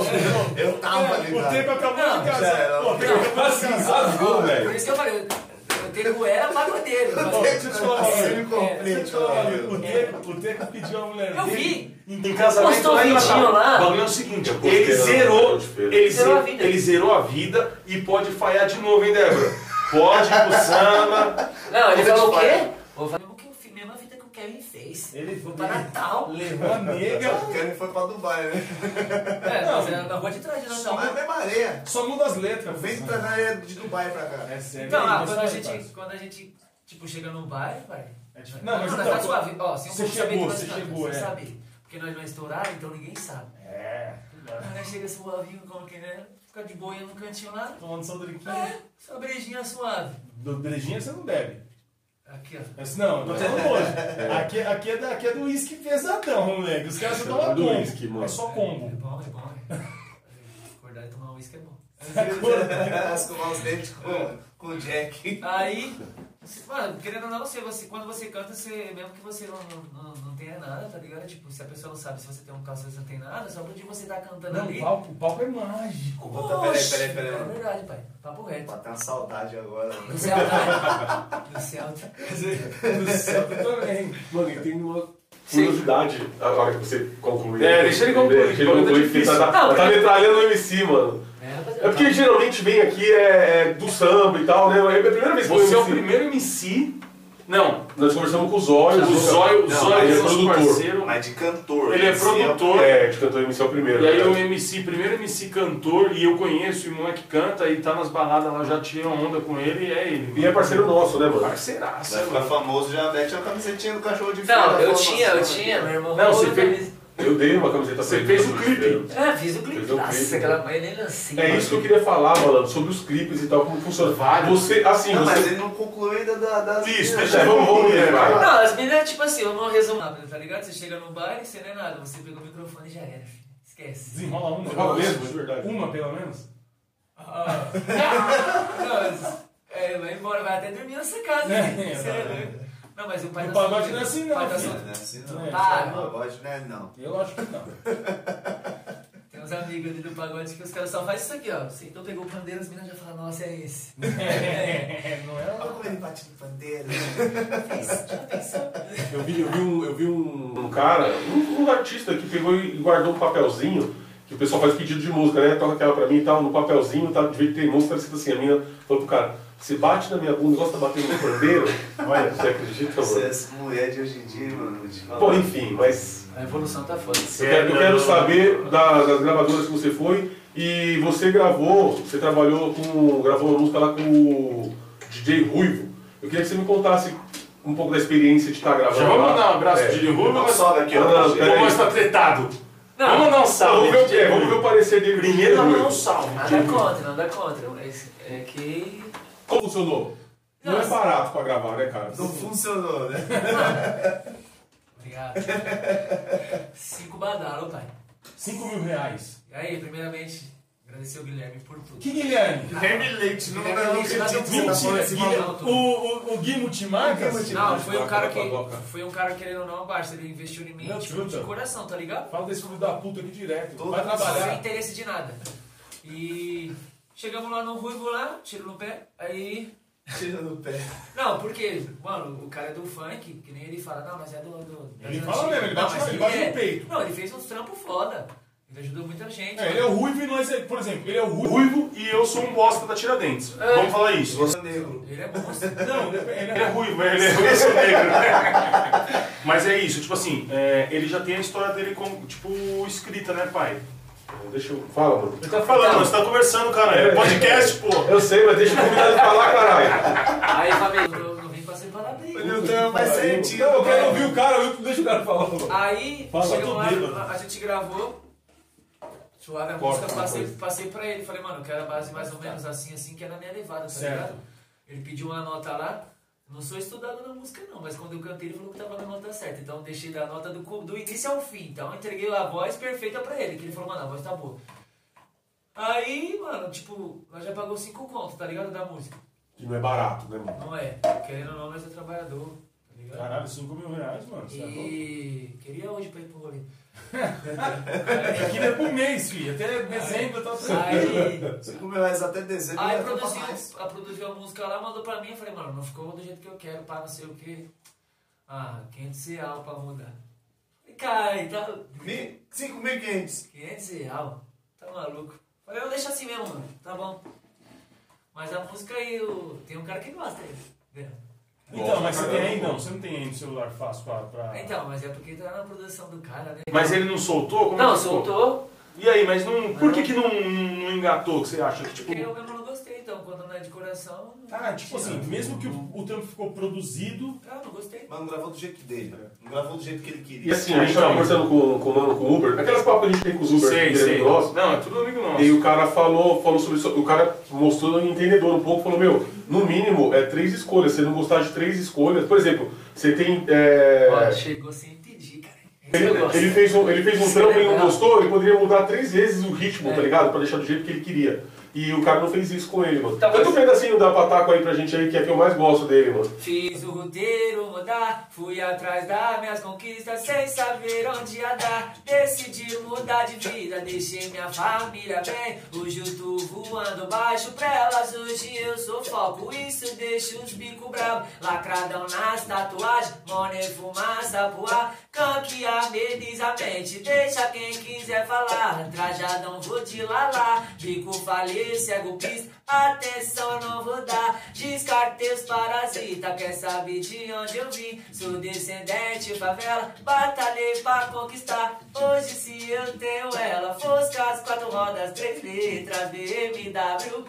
S2: Eu
S5: É,
S2: tava ligado.
S5: acabou
S4: Não,
S2: Já era.
S5: um
S3: Rasgou, velho.
S4: Por isso que eu falei, eu tenho que era pagodeiro. eu falei.
S5: Deixa eu te falar uma
S2: Assim
S5: coisa.
S2: me complica, velho.
S5: O Teco, o Teco pediu a mulher
S4: Eu
S5: dele Em
S4: Postou um
S5: casamento lá em
S4: vidinho
S5: Natal.
S4: lá.
S5: O bagulho é o seguinte,
S3: Eu postei
S5: ele
S3: lá no
S5: zerou,
S3: Natal de feira.
S5: ele,
S4: Zerou
S5: ze-
S4: a vida.
S5: ele zerou a vida e pode falhar de novo, hein, Débora? Pode ir pro samba.
S4: Não, ele
S2: Vou te
S4: falou o
S2: falar.
S4: quê? Vou falar mesmo que eu fiz, mesma vida que o Kevin fez.
S7: Ele "Tá
S4: Vou pra Natal.
S7: levou a nega.
S2: O Kenny foi pra Dubai, né?
S4: É, mas é na rua de trás de
S2: Só é a
S4: Natal.
S2: mesma areia.
S7: Só muda as letras.
S2: Vem pra areia de Dubai pra cá.
S7: É sério.
S4: Então, ah, quando a
S7: Mas,
S4: gente, quando a gente, tipo, chega no bairro, pai...
S7: difícil. Não, mas
S4: nós
S7: então,
S4: tá suave. Ó, se um
S7: você
S4: pouco saber
S7: chegou,
S4: que nós
S7: você
S4: tá,
S7: chegou,
S4: sem
S7: é.
S4: saber. Porque nós não estouraram, então ninguém sabe.
S7: É.
S4: Aí chega suavinho, como que né? Fica de boia no cantinho lá.
S7: Tomando só drinquinho.
S4: É, só brejinha suave.
S7: Do brejinha você não bebe.
S4: Aqui, ó.
S7: Mas não, não é hoje. Aqui, aqui, é, da- aqui é do uísque pesadão, moleque. Os caras só tomam
S3: Do
S7: combo.
S3: uísque, mano.
S7: É só
S4: É
S7: combo.
S4: bom, é bom. é. Acordar e tomar um uísque é bom.
S5: né?
S2: Escovar os dentes com, com o Jack.
S4: Aí, mano, querendo ou não, você, você, quando você canta, você, mesmo que você não, não, não, não tenha nada, tá ligado? Tipo, se a pessoa não sabe se você tem um calço, se você não tem nada, só pro dia você tá cantando
S7: Não,
S4: ali.
S7: o palco, o palco é mágico.
S2: Puta, peraí, peraí,
S4: É
S2: peraí.
S4: verdade, pai. Papo reto.
S2: Bateu uma Tá saudade agora.
S4: Do Celta. Do Celta.
S7: Do céu também.
S3: Mano, e tem uma curiosidade agora que você concluiu.
S5: É, deixa ele concluir,
S3: Deixa ele
S5: pergunta
S3: concluir, porque
S5: difícil. Tá.
S3: tá, tá, tá metralhando o MC, mano.
S4: É,
S3: É
S4: rapaziada.
S3: porque geralmente vem aqui é, é do samba e tal, né? É a primeira vez que eu
S5: Você é o
S3: MC.
S5: primeiro MC. Não,
S3: Nós conversamos com o Zóio.
S5: o Zóio, o
S2: Não,
S5: Zóio
S3: ele
S5: é
S3: é
S5: nosso
S3: produtor.
S5: parceiro.
S2: Mas de cantor.
S5: Ele é
S2: assim, ó.
S5: produtor.
S3: É, de cantor MC é o primeiro.
S5: E aí o
S3: né?
S5: MC, primeiro MC cantor, e eu conheço, e o moleque canta, e tá nas baladas lá, eu já tirei uma onda com ele, e é ele.
S3: E é parceiro nosso, né, mano?
S5: Parceiraço, é
S2: Vai
S5: mano.
S2: ficar famoso, já mete a camisetinha do cachorro de feira.
S4: Não, eu
S2: fala,
S4: tinha, eu
S2: nossa,
S4: tinha. Meu irmão né?
S5: Não,
S4: roubou
S5: você
S4: a
S5: fez-
S4: camisa.
S3: Eu dei uma camiseta
S5: Você
S3: preta
S5: fez
S3: do
S5: o clipe.
S3: Juliano.
S4: É, fiz o clipe.
S3: Fez o
S4: Nossa,
S3: clipe.
S4: aquela mãe nem lancei.
S3: É isso que eu queria falar, malandro, sobre os clipes e tal, como funciona.
S5: Vários.
S3: Você, assim,
S2: Não, mas é,
S3: você.
S2: ele não concluiu ainda da. da né?
S3: Isso,
S2: da-
S3: deixa eu- vamos- vamos ver, vai.
S4: Não, as meninas, tipo assim, eu vou resumir rápido, tá ligado? Você chega num bar e você não é nada, você pega o microfone e já era, filho. Esquece.
S7: Desenrola uma.
S3: Desenrola
S7: duas,
S3: mesmo, de verdade.
S7: Uma, pelo menos.
S4: Ah, não, é, vai embora, vai até dormir nessa casa.
S7: É,
S4: né? Você
S7: é,
S4: doido. Não, mas o pai
S7: O
S4: da
S7: pagode
S4: sua-
S7: não é assim,
S4: o pai
S7: não,
S4: da
S7: filho.
S4: sua-
S2: Não, assim não.
S7: É.
S4: Para.
S2: Não, pode, né? Não.
S7: Eu acho que não.
S4: Tem uns amigos ali do pagode que os caras só fazem isso aqui, ó. Você então pegou o pandeiro, as meninas já falam, nossa, é esse.
S7: É, não é?
S2: Olha como ele bate no pandeiro. né?
S3: Eu vi, eu vi, um, eu vi um, um cara, um, um artista que pegou e guardou um papelzinho, que o pessoal faz pedido de música, né? Toca aquela pra mim e tal, no papelzinho, tá? De vez que tem música, escrito assim, a mina falou pro cara, você bate na minha bunda, gosta de bater no pandeiro? Olha, você acredita, mano?
S2: Essas mulheres de hoje em dia, mano, vou te falar.
S3: Pô, enfim, mas
S4: A evolução tá foda.
S3: eu quero, eu quero saber da- das gravadoras que você foi e você gravou, você trabalhou com, gravou uma música lá com o DJ Ruivo. Eu queria que você me contasse um pouco da experiência de estar gravando
S5: Já vamos
S3: lá.
S5: mandar um abraço
S3: É.
S5: de Rubio,
S2: Não,
S5: mas
S2: sobe aqui,
S3: Não, não,
S2: ó.
S3: pera-
S2: Peraí.
S5: vamos estar tretado. Vamos mandar um
S3: Tá,
S5: salve.
S3: vamos ver o que
S5: DJ
S3: é, vamos ver
S5: Rubio.
S3: o parecer dele.
S5: Primeiro
S3: Primeiro, é
S5: ela mandar um
S3: Rui.
S5: salve.
S4: Nada contra, nada contra. mas É, que.
S3: Como funcionou? Não é
S4: Nossa.
S3: barato pra gravar, né, cara?
S2: Não
S7: Então,
S2: funcionou, né?
S4: Obrigado. Cinco badalo, pai.
S7: 5 mil reais.
S4: E aí, primeiramente, agradecer o Guilherme por tudo.
S7: Que Guilherme?
S2: Guilherme Leite, não é
S4: Guilherme
S2: não
S4: Leite, nada
S2: acredito que você tá falando
S7: Mentira,
S2: esse
S7: Guilherme.
S4: maluco.
S7: O, o, o Gui Multimarcas?
S4: Não, foi um cara que.
S3: Boca.
S4: Foi um cara querendo ou não, Barça, ele investiu em mim,
S7: Meu
S4: tipo,
S7: Deus,
S4: de
S7: meu.
S4: coração, tá ligado?
S7: Fala desse filho da puta aqui direto.
S2: Todo
S7: Vai
S4: Sem
S7: trabalhar.
S4: interesse de nada. E chegamos lá no Ruivo lá, tiro no pé, aí.
S2: Tira no pé.
S4: Não, porque, mano, o cara é do funk, que nem ele fala, não, mas é do. do das
S7: Ele
S4: antigas."
S7: fala mesmo, ele
S4: Não,
S7: bate-
S4: mas
S7: ele bate no
S4: é.
S7: peito.
S4: Não, ele fez uns trampos foda. Ele ajudou muita gente.
S7: É, ele é o ruivo e nós é. Por exemplo, ele é o ruivo.
S5: Ruivo e eu sou um bosta da Tiradentes.
S4: É.
S5: Vamos falar isso.
S2: Você é negro.
S4: Ele é monstro.
S7: Não, ele é. ele
S5: Ele é
S7: é-
S5: ruim, mas ele é ruim, sou negro. Mas é isso, tipo assim, é, ele já tem a história dele como, tipo, escrita, né, pai?
S3: Deixa eu. Fala, mano.
S5: Ele tá
S2: Então.
S5: falando, você tá conversando, cara. É podcast, pô.
S3: Eu sei, mas deixa o convidado falar, caralho.
S4: Aí, Fabinho, eu não vim pra separar briga.
S2: Ele não mais certinho.
S7: Não, eu quero ouvir o cara, eu- deixa o cara falar.
S4: Aí,
S7: Fala,
S4: chegou
S7: tô
S4: lá,
S7: bêbado.
S4: a gente gravou, suave a
S7: Corta
S4: música,
S7: uma
S4: passei,
S7: coisa.
S4: passei pra ele. Falei, mano, eu quero a base mais ou menos assim, assim, que é na minha levada, tá
S7: Certo.
S4: ligado? Ele pediu uma nota lá. Não sou estudado na música, não, mas quando eu cantei, ele falou que tava na nota certa. Então, eu deixei da nota do, cu- do início ao fim. Então, eu entreguei a voz perfeita pra ele, que ele falou, mano, a voz tá boa. Aí, mano, tipo, nós já pagou cinco contos, tá ligado? Da música.
S3: Que não é barato, né, mano?
S4: Não é, querendo ou não, mas é trabalhador, tá ligado?
S7: Caralho, 5 mil reais, mano. Você é louco.
S4: E queria hoje pra ir pro rolê.
S7: Aqui não é por mês, filho. Até dezembro eu tô
S4: Aí,
S2: Você comeu mais até dezembro.
S4: aí
S2: não vai
S4: produziu,
S2: acabar mais.
S4: a- produziu a música lá, mandou pra mim. Eu falei, mano, não ficou do jeito que eu quero, pá, não sei o que. Ah, 500 real pra mudar. Falei, Cai, tá.
S2: Mi- 5.500.
S4: 500 real? Tá maluco? Falei, eu deixo assim mesmo, mano, tá bom. Mas a música aí, eu... tem um cara que gosta né? dele.
S7: Então, mas você tem
S3: é
S7: aí não? Você não tem aí no celular fácil pra.
S5: Ah.
S7: pra...
S4: Então, mas é porque tá na produção do cara, né?
S5: Mas é ele não soltou? Como
S4: Não,
S5: que ficou?
S4: soltou,
S5: E aí, mas não, por que que não, não engatou, que você acha? Que, tipo,
S4: porque eu mesmo não gostei, então quando não é de coração.
S7: Ah, tipo assim, mesmo que o, o trampo ficou produzido.
S4: Ah, não gostei.
S2: Mas não gravou do jeito dele. né? Não gravou do jeito que ele
S3: E
S2: queria.
S3: assim, a gente tava conversando com, com o mano, com o Uber, aquelas papas que a gente tem com os Uber
S5: sei,
S3: que é
S5: sei.
S3: negócio.
S5: Não, é tudo amigo nosso.
S3: E o cara falou, falou sobre isso, o cara mostrou um entendedor um pouco, falou, meu, no mínimo é três escolhas, se você não gostar de três escolhas, por exemplo, você tem. é,
S4: Ó, chegou sem pedir, cara. Esse
S3: Ele,
S4: eu gosto.
S3: ele fez um, ele fez um
S4: Isso
S3: trampo
S4: é
S3: e não
S4: legal.
S3: gostou, ele poderia mudar três vezes o ritmo,
S4: É.
S3: tá ligado? Pra deixar do jeito que ele queria. E o cara não fez isso com ele, mano.
S4: Tá,
S3: Canta um
S4: mas-
S3: pedacinho da Pataco aí pra gente aí, que é que eu mais gosto dele, mano.
S4: Fiz o roteiro mudar, fui atrás das minhas conquistas sem saber onde ia dar. Decidi mudar de vida, deixei minha família bem. Hoje eu tô voando baixo pra elas, hoje eu sou foco. Isso deixa os bico bravo, lacradão nas tatuagens, money fumaça voar. Canque amenizamente, deixa quem quiser falar. Trajadão vou de lalá, bico falei, cego pista. Atenção, não vou dar. Descartei os parasitas. Quer saber de onde eu vim? Sou descendente favela. Batalhei pra conquistar. Hoje, se eu tenho ela, fosca as quatro modas três letras, BMW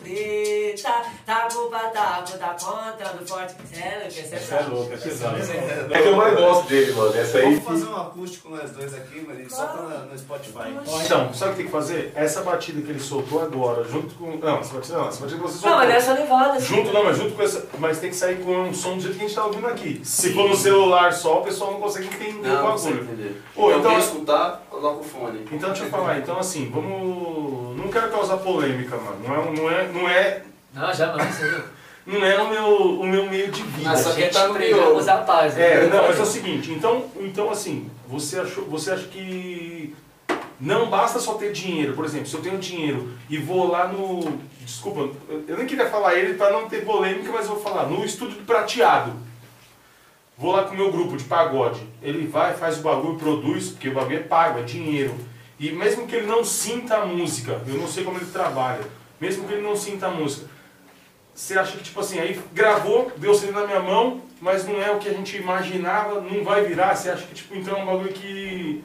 S4: preta. Tá culpa, tá tá contando forte. Cê é louco, esse é
S3: Essa é
S4: brabo.
S3: louca, essa é pesada.
S2: É,
S3: É que eu mais gosto dele, mano. Essa aí.
S2: Vamos fazer um acústico nós dois aqui, mas ele só tá na- no Spotify.
S5: Ó, Então, sabe o que tem que fazer? Essa batida que ele soltou agora, junto com. Não, essa batida não, essa batida que você soltou.
S4: Não, mas é só levada. assim.
S5: um Junto, não, mas junto com essa. Mas tem que sair com um som do jeito que a gente tá ouvindo aqui. Se for no celular só, o pessoal não consegue entender o bagulho.
S8: entender.
S5: Pô,
S8: Então,
S5: então-
S8: quem escutar, coloca o fone.
S5: Então deixa eu falar, então assim, vamos. Não quero causar polêmica, mano. Não é, não é, não é,
S4: Não, jamais, você viu?
S5: não é o, meu, o meu meio de vida.
S8: Mas
S4: A
S8: só quem
S4: gente
S8: tá no
S4: pregamos
S8: miolo.
S4: a paz. né?
S5: É, não, mas é o seguinte, então, então assim, você, achou, você acha que não basta só ter dinheiro, por exemplo, se eu tenho dinheiro e vou lá no. Desculpa, eu nem queria falar ele pra não ter polêmica, mas eu vou falar, no estúdio do prateado. Vou lá com o meu grupo de pagode. Ele vai, faz o bagulho, produz, porque o bagulho é pago, é dinheiro. E mesmo que ele não sinta a música, eu não sei como ele trabalha, mesmo que ele não sinta a música, você acha que, tipo assim, aí gravou, deu o CD na minha mão, mas não é o que a gente imaginava, não vai virar? Você acha que, tipo, então é um bagulho que.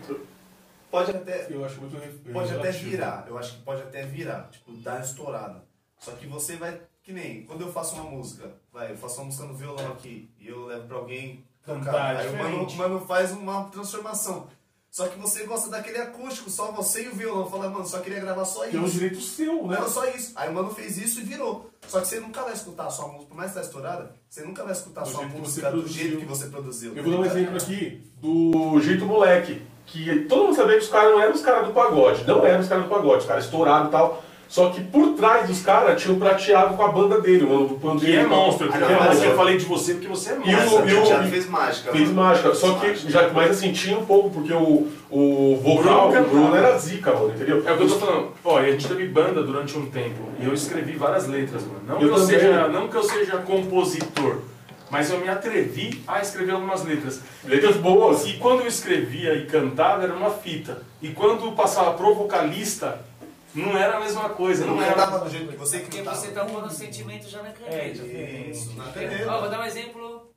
S2: Pode até,
S3: Eu acho muito.
S2: pode até virar, eu acho que pode até virar, tipo, dar uma estourada. Só que você vai, que nem, quando eu faço uma música, vai, eu faço uma música no violão aqui, e eu levo pra alguém cantar,
S7: Cantar,
S3: é
S2: aí o mano,
S7: diferente.
S2: o mano faz uma transformação. Só que você gosta daquele acústico, só você e o violão, fala, mano, só queria gravar só
S7: Que é um
S2: isso.
S7: direito seu, né?
S2: Não, só isso. Aí o mano fez isso e virou. Só que você nunca vai escutar a sua música, por mais que tá estourada, você nunca vai escutar a
S3: Do
S2: sua
S3: jeito que você
S2: música do
S3: produziu.
S2: jeito que você produziu.
S3: Eu vou dar um
S2: tá ligado?
S3: exemplo aqui do Jeito Moleque, que todo mundo sabia que os caras não eram os caras do pagode, não eram os caras do pagode, os caras estourados e tal. Só que por trás dos caras tinha o prateado com a banda dele, o o pandeiro.
S5: Que é monstro,
S3: que
S5: que
S3: é
S2: não, mas
S3: monstro.
S5: eu falei de você porque você é
S3: E
S5: monstro.
S2: Essa
S3: o- e o-
S2: já
S3: e-
S2: tipo fez mágica.
S3: Fez
S2: mano.
S3: mágica, só que,
S2: Mágica.
S3: já, mas assim, tinha um pouco, porque o, o vocal
S5: Bruno
S3: do Bruno
S5: cantava.
S3: era zica, mano, entendeu?
S5: É o que eu tô falando. Ó, e a gente teve banda durante um tempo e eu escrevi várias letras, mano. Não,
S3: Eu
S5: que, eu
S3: também.
S5: seja, não que eu seja compositor, mas eu me atrevi a escrever algumas letras.
S3: Letras boas.
S5: E quando eu escrevia e cantava, era uma fita. E quando passava pro vocalista, não era a mesma coisa. Não,
S2: Não
S5: era.
S2: cantava do jeito que você
S4: Porque
S2: cantava.
S4: você tá pondo sentimento já na caneta.
S2: Isso, tá na
S4: Ó, vou
S2: caneta.
S4: dar um exemplo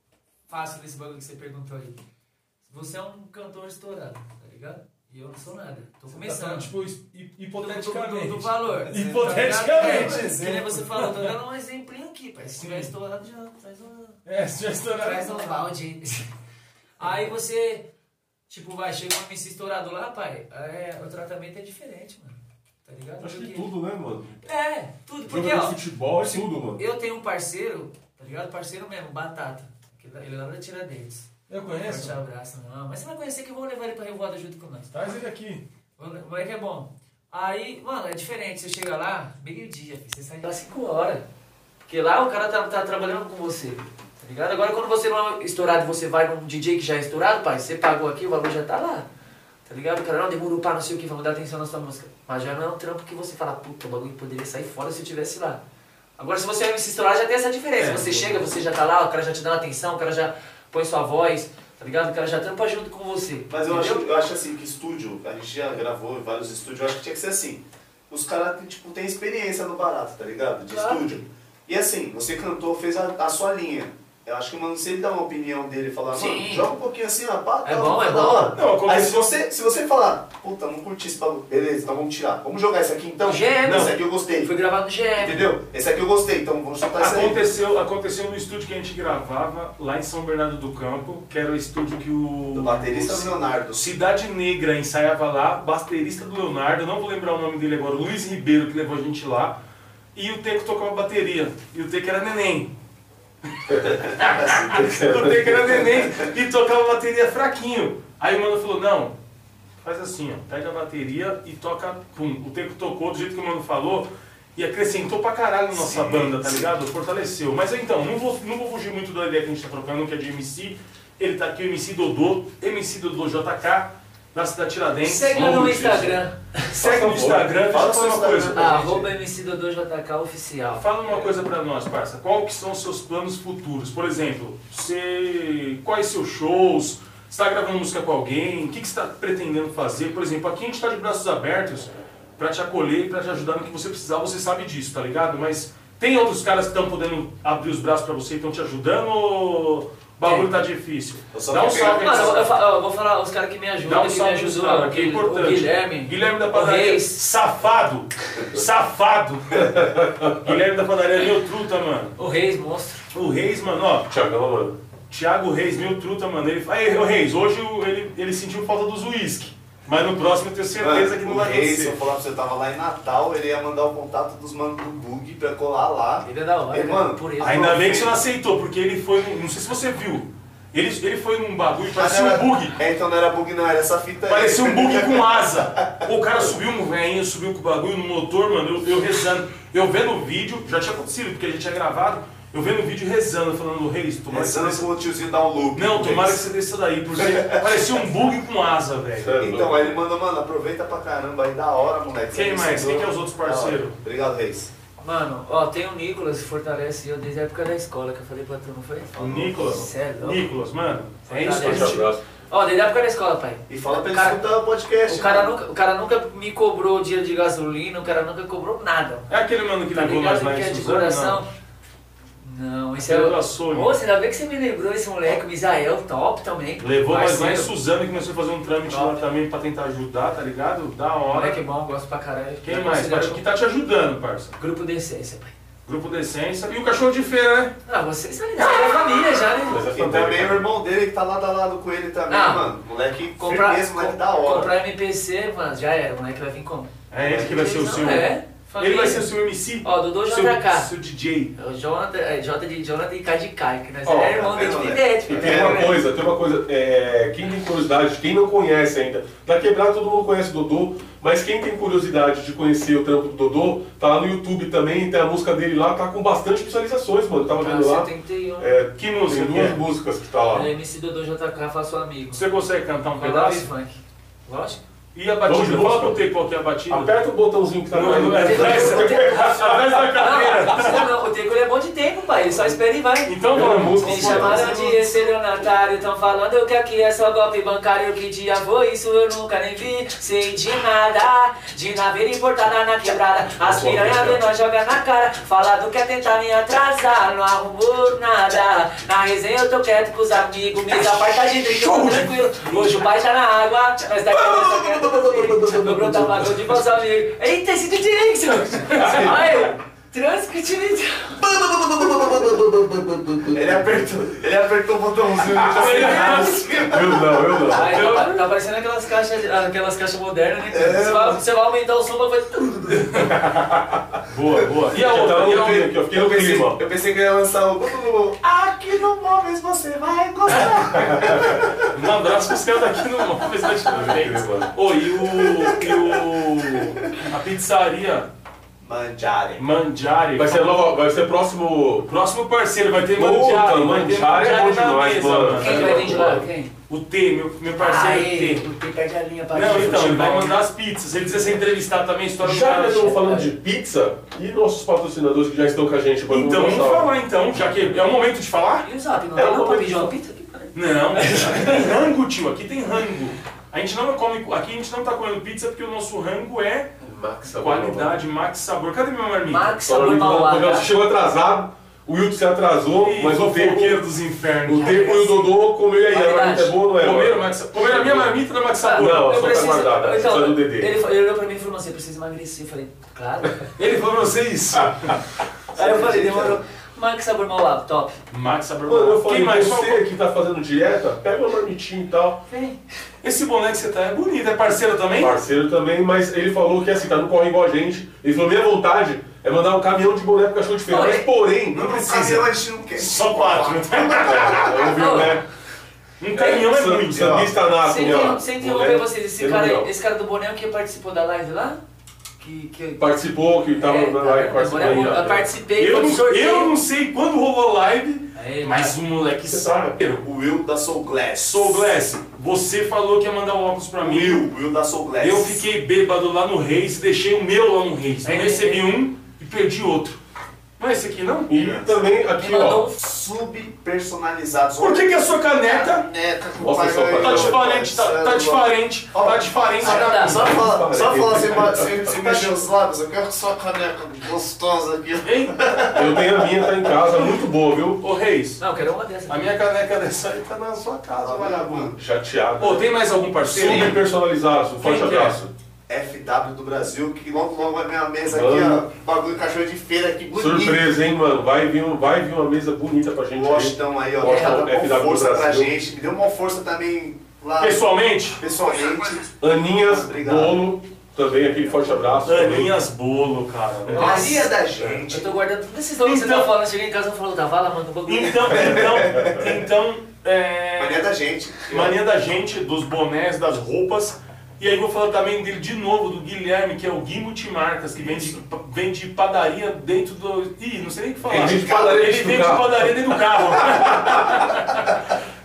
S4: fácil desse bagulho que você perguntou aí. Você é um cantor estourado, tá ligado? E eu não sou nada. Tô começando.
S7: Tipo, hi-
S4: Do- do-
S7: hipoteticamente.
S4: Do, do valor.
S7: Hipoteticamente.
S4: Tá ligado? É,
S7: Exemplo.
S4: que nem você falou, tô dando um exemplinho aqui, pai. Se tiver estourado, já traz uma.
S7: É, sugestão
S4: Traz um balde. Aí você, tipo, vai, chega um MC estourado lá, pai. É, o tratamento é diferente, mano. Tá ligado?
S3: Acho que
S4: Porque-
S3: tudo, né, mano?
S4: É, tudo. Porque,
S3: Jogador
S4: ó,
S3: de futebol, tudo, mano.
S4: eu tenho um parceiro, tá ligado? Parceiro mesmo, Batata. que ele- Ele lá da Tiradentes.
S7: Eu
S4: Forte
S7: conheço.
S4: abraço, não. Mas você vai conhecer que eu vou levar ele pra Revoada junto com nós.
S7: Traz ele aqui.
S4: O moleque é bom. Aí, mano, é diferente. Você chega lá, meio-dia, filho, você sai de lá 5 horas. Porque lá o cara tá, tá trabalhando com você, tá ligado? Agora quando você não é estourado, você vai num DJ que já é estourado, pai, você pagou aqui, o valor já tá lá. Tá ligado? O cara não demorou pra não sei o que, vamos dar atenção na sua música. Mas já não é um trampo que você fala, puta, o bagulho poderia sair fora se eu tivesse lá. Agora se você é um MC estourado, já tem essa diferença.
S2: É.
S4: você chega, você já tá lá, o cara já te dá uma atenção, o cara já põe sua voz, tá ligado? O cara já trampa junto com você.
S2: Mas eu acho,
S4: entendeu?
S2: eu acho assim que estúdio, a gente já gravou em vários estúdios, eu acho que tinha que ser assim. Os caras tipo, têm experiência no barato, tá ligado? De
S4: Claro.
S2: estúdio. E assim, você cantou, fez a, a sua linha. Eu acho que, mano, se ele dá uma opinião dele e falar, mano,
S4: Sim.
S2: joga um pouquinho assim, ó, pá,
S4: É
S2: tá,
S4: bom,
S2: tá
S4: é
S2: da
S4: bom.
S2: hora.
S5: Não, eu
S2: Aí se
S5: comecei-
S2: você, se você falar, puta, não curti esse bagulho, beleza, então vamos tirar. Vamos jogar esse aqui então?
S4: Gêmeo.
S2: Não, esse aqui eu gostei.
S4: Foi gravado no GM.
S2: Entendeu? Esse aqui eu gostei, então vamos soltar esse aí.
S5: Aconteceu, aconteceu no estúdio que a gente gravava lá em São Bernardo do Campo, que era o estúdio que o.
S2: Do baterista
S5: o Ci-
S2: Leonardo.
S5: Cidade Negra ensaiava lá, baterista do Leonardo, não vou lembrar o nome dele agora, Luiz Ribeiro, que levou a gente lá. E o Teco tocava bateria. E o Teco era neném. o Teco era neném e tocava bateria fraquinho. Aí o mano falou: não, faz assim, ó, pega a bateria e toca. Pum. O Teco tocou do jeito que o mano falou. E acrescentou pra caralho na nossa
S2: Sim,
S5: banda, tá
S2: sim.
S5: ligado? Fortaleceu. Mas então, não vou, não vou fugir muito da ideia que a gente tá trocando, que é de MC. Ele tá aqui, o MC Dodô, MC Dodô JK, da cidade Tiradentes.
S4: Segue no Instagram,
S5: Segue no Instagram, deixa
S2: Fala
S5: eu falar
S2: seu
S5: uma coisa.
S2: Instagram.
S4: ah, arroba MCDodô oficial.
S5: Fala uma coisa pra nós, parça. Qual que são os seus planos futuros? Por exemplo, você... quais seus shows? Você tá gravando música com alguém? O que, que você tá pretendendo fazer? Por exemplo, aqui a gente tá de braços abertos pra te acolher, pra te ajudar no que você precisar, você sabe disso, tá ligado? Mas tem outros caras que estão podendo abrir os braços pra você e estão te ajudando ou... O bagulho tá difícil.
S2: Eu só
S5: Dá um
S2: quero
S5: salve
S2: pegar-
S5: aí.
S4: Mano, eu, eu fa- eu vou falar os caras que me
S5: Dá
S4: ajudam,
S5: um
S4: que me
S5: salve nos
S4: ajudou,
S5: caras, que é
S4: aquele- o
S5: importante.
S4: Guilherme.
S5: Guilherme da
S4: o
S5: padaria.
S4: Reis.
S5: Safado. Safado. Guilherme da padaria, meu truta, mano.
S4: O Reis, monstro.
S5: O Reis, mano, ó.
S3: Tiagão, mano.
S5: Thiago Reis, meu truta, mano. Ele... Aí, ô Reis, hoje o- ele, ele sentiu falta dos uísque. Mas no próximo eu tenho certeza que não
S2: Ah, o
S5: vai
S2: Reis, se eu
S5: acontecer.
S2: falar pra você, eu tava lá em Natal, ele ia mandar o contato dos manos do Bug pra colar lá.
S4: Ele é da hora,
S2: Ei,
S4: cara,
S2: mano,
S4: por isso.
S5: Ainda bem que você não aceitou, porque ele foi. num- Não sei se você viu. Ele, ele foi num bagulho, parecia um
S2: era-
S5: bug.
S2: É, então não era bug não, era essa fita aí.
S5: Parecia um bug com asa. O cara subiu um veinho, subiu com o bagulho no motor, mano. Eu, eu rezando. Eu vendo o vídeo, já tinha acontecido, porque a gente tinha gravado. Eu vendo o vídeo rezando, falando, Reis, tomara que você
S2: Começando
S5: desça.
S2: com o É, tiozinho dar um loop.
S5: Não, tomara que você desça daí, porque parecia um bug com asa, velho.
S2: Então, aí ele mandou, mano, aproveita pra caramba aí, da hora, moleque.
S5: Tá Quem
S2: Você
S5: mais?
S2: ensinou.
S5: Quem que é os outros parceiros?
S2: Da hora. Obrigado, Reis.
S4: Mano, ó, tem o Nicolas que fortalece eu desde a época da escola que eu falei pra tu, não foi?
S5: O Nicolas.
S4: Cê é louco.
S5: Nicolas, mano. É isso que a
S3: Forte
S5: gente.
S3: abraço.
S4: Ó, desde a época da escola, pai.
S2: E fala pra
S4: O
S2: ele
S4: cara-
S2: escutar o podcast.
S4: O cara,
S5: né?
S2: mano.
S4: nunca, o cara nunca me cobrou dinheiro de gasolina, o cara nunca cobrou nada.
S5: É aquele mano que
S4: Tá
S5: ligou mais
S4: ligado?
S5: lá
S4: Que é
S5: em
S4: de
S5: Suzano?
S4: coração.
S5: Não.
S4: Não, esse é
S5: Aquele do
S4: o.
S5: açougue.
S4: Moça, ainda bem que você me lembrou esse moleque, o Misael, top também.
S5: Levou mais lá em
S4: Parceiro.
S5: Suzano e começou a fazer um trâmite lá também pra tentar ajudar, tá ligado? Da hora.
S4: Moleque bom, gosto pra caralho.
S5: Quem
S4: Já
S5: mais?
S4: considero
S5: Que tá te ajudando, parça.
S4: Grupo Decência, pai.
S5: Grupo Decência. E o cachorro de feira, né?
S4: Ah, vocês são ligados, é família já, né?
S3: Mas é
S2: E também o
S3: fantástico.
S2: irmão dele que tá lado a lado com ele também,
S4: Não.
S2: mano. Moleque
S4: Comprar,
S2: firmeza, moleque
S4: com-
S2: da hora.
S4: comprar MPC, mano, já era. O moleque vai vir como?
S5: É ele que vai ser o
S4: Não,
S5: seu.
S4: É, família.
S5: Ele vai ser o seu MC.
S4: Ó, Dodô
S5: seu,
S4: JK.
S5: seu DJ.
S4: É o Jonathan, é, J de Jonathan e K de Kai, que nós
S3: Ó,
S4: é irmão
S2: tá
S4: dele de
S2: vendo,
S4: Pidete,
S3: E tem uma coisa, tem uma coisa, é, quem tem curiosidade, quem não conhece ainda, da quebrada todo mundo conhece o Dodô, mas quem tem curiosidade de conhecer o trampo do Dodô, tá lá no YouTube também, tem a música dele lá, tá com bastante visualizações, mano,
S4: Ah,
S3: tava Tá vendo lá,
S4: 71.
S3: é,
S5: Que
S3: tem
S5: música que
S3: duas
S5: é?
S3: músicas que tá lá.
S4: É, MC Dodô JK, faço amigo.
S5: Você consegue cantar um
S4: Rolava e
S5: pedaço?
S4: funk. Lógico.
S5: E a batida?
S3: Vamos de
S5: Fala
S3: música?
S5: pro T qual que é a batida.
S3: Aperta o botãozinho que tá
S5: Não,
S3: no
S5: não é atrás, atrás da cadeira.
S4: Não, não, não, o Teco ele é bom de tempo, pai. Ele só espera e vai.
S5: Então
S3: Não,
S5: vamos.
S3: música
S4: Me
S3: fora.
S4: chamaram de estelionatário, tão falando que aqui é só golpe bancário. Que dia foi isso? Eu nunca nem vi. Sei de nada, de naveira importada na quebrada. As piranha vê nós joga na cara. Falado que é tentar me atrasar, não arrumou nada. Na resenha eu tô quieto com os amigos, mesa pai tá de drink, eu tô tranquilo. Hoje o pai tá na água, nós tá quieto, nós tá quieto. Meu brother pagou de bons amigos. Eita, esse de direito! Aí, transcritividade.
S2: Ele apertou, ele apertou o botãozinho.
S3: Eu não, eu não.
S4: Aí, tá, tá parecendo aquelas caixas, aquelas caixas modernas, né? cara?
S3: É,
S4: você, vai, você vai aumentar o som, mas vai.
S3: Boa, boa.
S5: E a outra?
S3: Tá
S5: E a
S3: no clima aqui,
S5: outra?
S3: eu fiquei
S2: eu,
S3: no
S2: pensei,
S3: clima.
S2: eu pensei que ele ia lançar o. Aqui no Móveis você vai gostar.
S5: Um abraço pros caras daqui no Móveis da
S3: Tá
S5: Tiradentes.
S3: né,
S5: Ô, e o. E o. A pizzaria
S2: Mandiare.
S5: Mandiari.
S3: Vai ser, a nova, vai ser próximo...
S5: Próximo parceiro vai ter
S3: Puta,
S5: Mandiari.
S3: Mangiari é bom
S5: na
S3: demais,
S5: mesa,
S3: mano.
S4: Quem que vai vir de lá? Quem?
S5: O T, meu, meu parceiro
S4: Aê,
S5: T.
S4: o T perde a linha pra
S5: Não,
S4: gente.
S5: então, ele vai mandar as pizzas. Ele precisa ser entrevistado também, história
S3: Já que
S5: do
S3: estamos
S5: cara.
S3: falando de pizza, e nossos patrocinadores que já estão com a gente? mano,
S5: Então,
S3: vamos
S5: vamos
S3: mostrar.
S5: falar então, já que é o momento de falar?
S4: E o Zap, não
S3: É,
S4: tem
S3: eu
S4: não pra
S3: vou-
S4: pedir uma pizza aqui, cara?
S5: Não, aqui tem rango, tio, aqui tem rango. A gente não come, aqui a gente não tá comendo pizza porque o nosso rango é
S3: Max Sabor,
S5: qualidade, max sabor. Cadê minha marmita?
S4: Max Sabor
S3: mano. Fala,
S4: Mauá.
S3: Nicolau, Você chegou atrasado, o Wilton se atrasou,
S5: Ih,
S3: mas o
S5: fofoqueiro
S3: Teco,
S5: dos infernos.
S3: o Teco e o Dodô comeu aí. A marmita é boa ou não é?
S5: Comeram,
S3: mano?
S5: max, comeram a minha marmita da max sabor.
S3: Não,
S4: Eu
S3: só tá
S4: preciso-
S3: guardada, só
S4: então,
S3: do Dedê.
S4: Ele, fa- ele olhou pra mim e falou assim: eu preciso emagrecer. Eu falei, claro.
S5: Ele falou pra você isso.
S4: Aí eu falei, demorou. Max Sabor Mauá, top.
S5: Max sabor.
S3: Mano, eu falei,
S5: Quem mais?
S3: você que tá fazendo dieta, pega uma marmitinha e tal.
S4: Vem.
S5: Esse boné que você tá é bonito, é parceiro também?
S3: Parceiro também, mas ele falou que assim, tá no corre igual a gente. Ele falou, minha vontade é mandar um caminhão de boné pro cachorro de feira.
S4: Olha,
S3: Mas porém,
S2: Não precisa, a gente não quer.
S5: Só quatro. né? Ah,
S3: é, ouviu, né?
S5: Um caminhão é muito.
S3: Sam- Sambista nato,
S4: Sem
S3: né, ó.
S4: interrom- sem interromper
S3: Moleque,
S4: vocês, esse
S3: ele não.
S4: cara, esse cara do boné é o que participou da live lá? Que. que...
S3: Participou, que tava
S4: É,
S3: na
S4: tá
S3: live
S4: vendo? Agora eu
S3: participando.
S4: vou-
S3: aí,
S4: eu
S3: ó.
S4: participei
S5: Eu
S4: foi
S5: não,
S4: sorteio.
S5: eu não sei quando rolou a live,
S4: Aí,
S5: mas o moleque sabe.
S2: O Will da Soul Glass.
S5: Soul Glass, você falou que ia mandar um óculos pra mim.
S2: Will, Will da Soul Glass.
S5: Eu fiquei bêbado lá no Reis, deixei o meu lá no Reis. Não
S4: É,
S5: recebi
S4: é.
S5: um e perdi outro. Não é esse aqui, não?
S3: E também aqui, ó.
S2: Mandou subpersonalizados.
S5: Por que, que a sua caneta
S2: Neta,
S3: Nossa, só pra-
S5: tá diferente? Tá, tá diferente, tá diferente.
S8: Olha,
S2: Só fala, só fala sem, ba- sem, sem mexer os lábios, eu quero sua caneca gostosa aqui.
S5: Hein?
S3: Eu tenho a minha, tá em casa, muito boa, viu?
S5: Ô Reis,
S4: Não, eu quero uma dessa.
S5: a minha caneca dessa aí tá na sua casa, vagabundo.
S3: Chateado.
S5: Ô, tem mais algum parceiro?
S3: Super personalizados, um forte
S5: Quem que é?
S3: abraço.
S2: FW do Brasil, que logo logo vai vir uma mesa aqui, ó. Bagulho cachorro de feira aqui, bonito.
S3: Surpresa, hein, mano? Vai vir, um- vai vir uma mesa bonita pra gente. ver.
S2: Washington aí, ó.
S3: Washington,
S2: Tá dando uma
S3: FW
S2: força pra
S3: Brasil.
S2: gente. Me deu uma força também lá
S5: Pessoalmente,
S2: pessoalmente.
S3: Aninhas
S2: Obrigado.
S3: Bolo, também aquele forte abraço. também.
S5: Aninhas Bolo, cara.
S2: Maria da
S4: Eu
S2: gente.
S4: tô guardando tudo esses nomes que você
S5: Então-
S4: tá falando. Eu cheguei em casa e falou, tá, vai lá, manda um bagulho.
S5: Então, então, então, é...
S2: Maria da gente.
S5: Mania da gente, dos bonés, das roupas. E aí vou falar também dele de novo, do Guilherme, que é o Gui Multimarcas, que vende, vende padaria dentro do... Ih, não sei nem o que falar.
S3: Ele vende padaria dentro
S5: Ele
S3: do
S5: vende
S3: carro.
S5: padaria dentro do carro.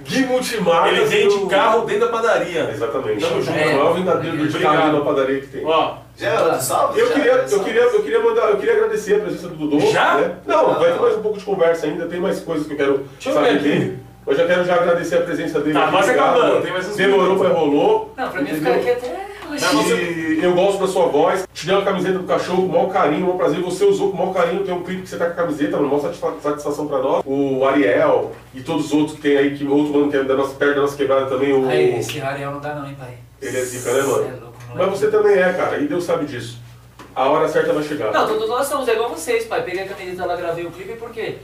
S3: Gui Multimarcas.
S5: Ele vende
S3: do-
S5: carro dentro da padaria.
S3: Exatamente.
S5: Tamo junto.
S3: É o maior vendadeiro de
S5: Obrigado.
S3: carro na padaria que tem.
S5: Ó,
S2: Geraldo, salve.
S3: Eu queria,
S2: Geraldo,
S3: eu,
S2: salve.
S3: queria, eu queria mandar, eu queria agradecer a presença do Dudu.
S5: Já?
S3: né? Não, vai ter mais um pouco de conversa ainda, tem mais coisas que eu quero
S5: Deixa eu
S3: saber
S5: ver aqui.
S3: dele. Eu já quero já agradecer a presença dele.
S5: Tá,
S3: aqui,
S5: mas
S3: obrigado.
S5: acabando, tem mais uns
S3: Demorou,
S5: minutos.
S3: mas rolou.
S4: Não, pra mim
S3: Entendeu?
S4: ficar aqui até hoje.
S3: E eu gosto da sua voz. Te dei uma camiseta do cachorro com o maior carinho, o maior prazer. Você usou com o maior carinho. Tem um clipe que você tá com a camiseta, mano. Maior satisfa- satisfação pra nós. O Ariel e todos os outros que tem aí, que outro mano que é da nossa, perto da nossa quebrada também. O...
S4: Aí, esse Ariel não dá não, hein, pai.
S3: Ele é zica, né, mano?
S4: Cê é louco,
S3: Mas
S4: moleque.
S3: você
S5: tá-
S3: também é, cara. E Deus sabe disso. A hora certa vai chegar.
S4: Não, todos nós somos, é igual vocês, pai. Peguei a camiseta lá, gravei o clipe, por quê?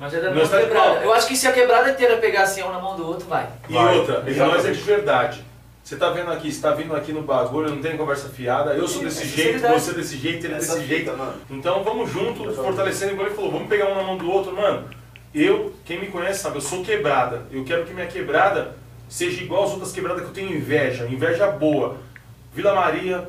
S4: Nós é da
S5: Nós
S4: mesma
S5: tá de
S4: quebrada.
S5: pau.
S4: Eu acho que se a quebrada inteira pegasse um na mão do outro, vai.
S5: e
S3: Vai,
S5: outra, e
S3: exatamente.
S5: nós é de verdade. Você tá vendo aqui, você tá vindo aqui no bagulho, não tem conversa fiada. Eu sou desse
S4: É
S5: jeito,
S4: sinceridade.
S5: você desse jeito, ele
S2: Essa
S5: desse jeito.
S2: fita, mano.
S5: Então vamos junto, fortalecendo, igual ele falou, vamos pegar um na mão do outro, mano. Eu, quem me conhece sabe, eu sou quebrada. Eu quero que minha quebrada seja igual às outras quebradas que eu tenho inveja, inveja boa. Vila Maria,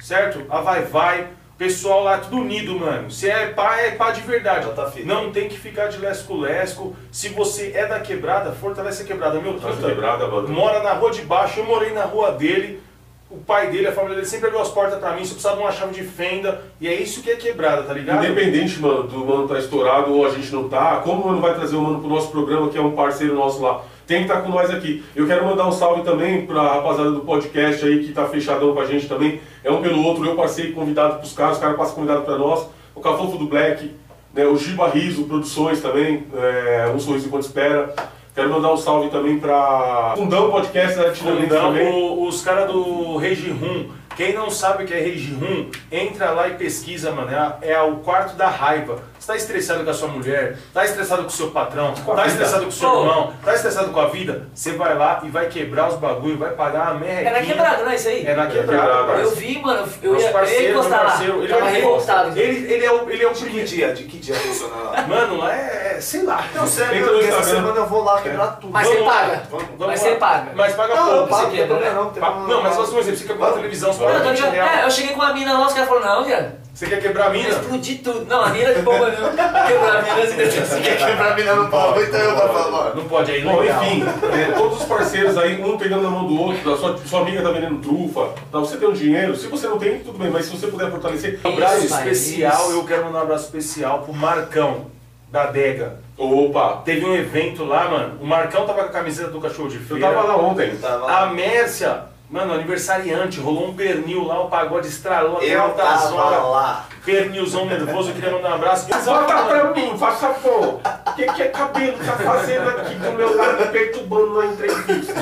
S5: certo? A Vai Vai, pessoal lá, tudo unido, mano. Se é pá, é pá de verdade.
S2: Já tá feito.
S5: Não tem que ficar de lesco-lesco. Se você é da quebrada, fortalece a quebrada. Meu,
S3: Nossa,
S5: truta,
S3: quebrada, mano.
S5: mora na rua de baixo, eu morei na rua dele. O pai dele, a família dele sempre abriu as portas pra mim, só precisava de uma chave de fenda. E é isso que é quebrada, tá ligado?
S3: Independente, mano, do mano tá estourado ou a gente não tá, como o mano vai trazer o mano pro nosso programa, que é um parceiro nosso lá, tem que estar tá com nós aqui. Eu quero mandar um salve também pra rapaziada do podcast aí, que tá fechadão com a gente também. É um pelo outro, eu passei convidado pros caras, os caras passam convidado pra nós. O Cafofo do Black, né, o Giba Riso Produções também, é, Um Sorriso Enquanto Espera. Quero mandar um salve também pra Fundão Podcast, né, tirando
S5: Então,
S3: também.
S5: o- os caras do Regi Rum, quem não sabe o que é Regi Rum, entra lá e pesquisa, mano. É, a- é o quarto da raiva. Você tá estressado com a sua mulher, tá estressado com o seu patrão, tá estressado com o seu
S4: Ô.
S5: irmão, tá estressado com a vida, você vai lá e vai quebrar os bagulho, vai pagar a merda.
S4: É na quebrada, não é isso aí?
S5: É na
S3: quebrada,
S5: quebrada.
S4: Eu vi, mano, eu
S5: Nosso
S4: ia, eu ia
S5: parceiro, meu
S4: encostar lá.
S5: parceiro, ele
S4: Tava
S5: vai-
S4: revoltado.
S5: Ele, ele é o, ele é o
S2: De que
S5: primeiro.
S2: dia? De que dia funciona lá?
S5: Mano, lá é, é- sei lá.
S2: Não, sério,
S3: Entra no
S2: porque essa
S3: Instagram.
S2: semana eu vou lá quebrar tudo.
S4: Mas
S5: Vamos
S4: você
S5: lá,
S4: paga.
S2: vamos,
S5: Vamos
S4: Mas
S5: lá.
S4: você paga.
S5: Mas paga
S2: Não, eu pago,
S5: pouco.
S4: você
S2: não tem
S4: quebra,
S2: problema não. tem
S5: Pa-
S2: uma-
S5: Não, mas você, por exemplo, você quer comprar televisão, você
S4: Mano,
S5: paga
S4: eu, tô
S5: 20
S4: ligado- é,
S5: reais.
S4: eu cheguei com uma mina lá, os caras falaram, não, viado.
S5: Você quer quebrar a
S4: Eu
S5: mina?
S4: explodi tudo. Não, a mina de bomba não. Quebrar a mina, assim,
S2: Você quer quebrar a mina no pau, então eu vou falar.
S5: Não pode aí,
S3: Bom,
S5: legal.
S3: enfim, né, todos os parceiros aí, um pegando na mão do outro, a sua, sua amiga tá vendendo trufa, tá, você tem um dinheiro, se você não tem, tudo bem, mas se você puder fortalecer,
S5: Um abraço
S4: Isso, pai,
S5: especial,
S4: isso.
S5: eu quero mandar um abraço especial pro Marcão, da Dega.
S3: opa,
S5: Teve um evento lá, mano. O Marcão tava com a camiseta do cachorro de
S3: eu
S5: feira.
S3: tava lá ontem,
S2: Tava lá.
S5: A Mércia, mano, aniversariante, rolou um pernil lá, o pagode estralou até
S2: Eu
S5: altas
S2: tava
S5: horas.
S2: lá.
S5: Pernilzão nervoso, eu queria mandar um abraço.
S3: bota pra mim, faça favor, o que que é cabelo tá fazendo aqui do meu lado, me perturbando na entrevista,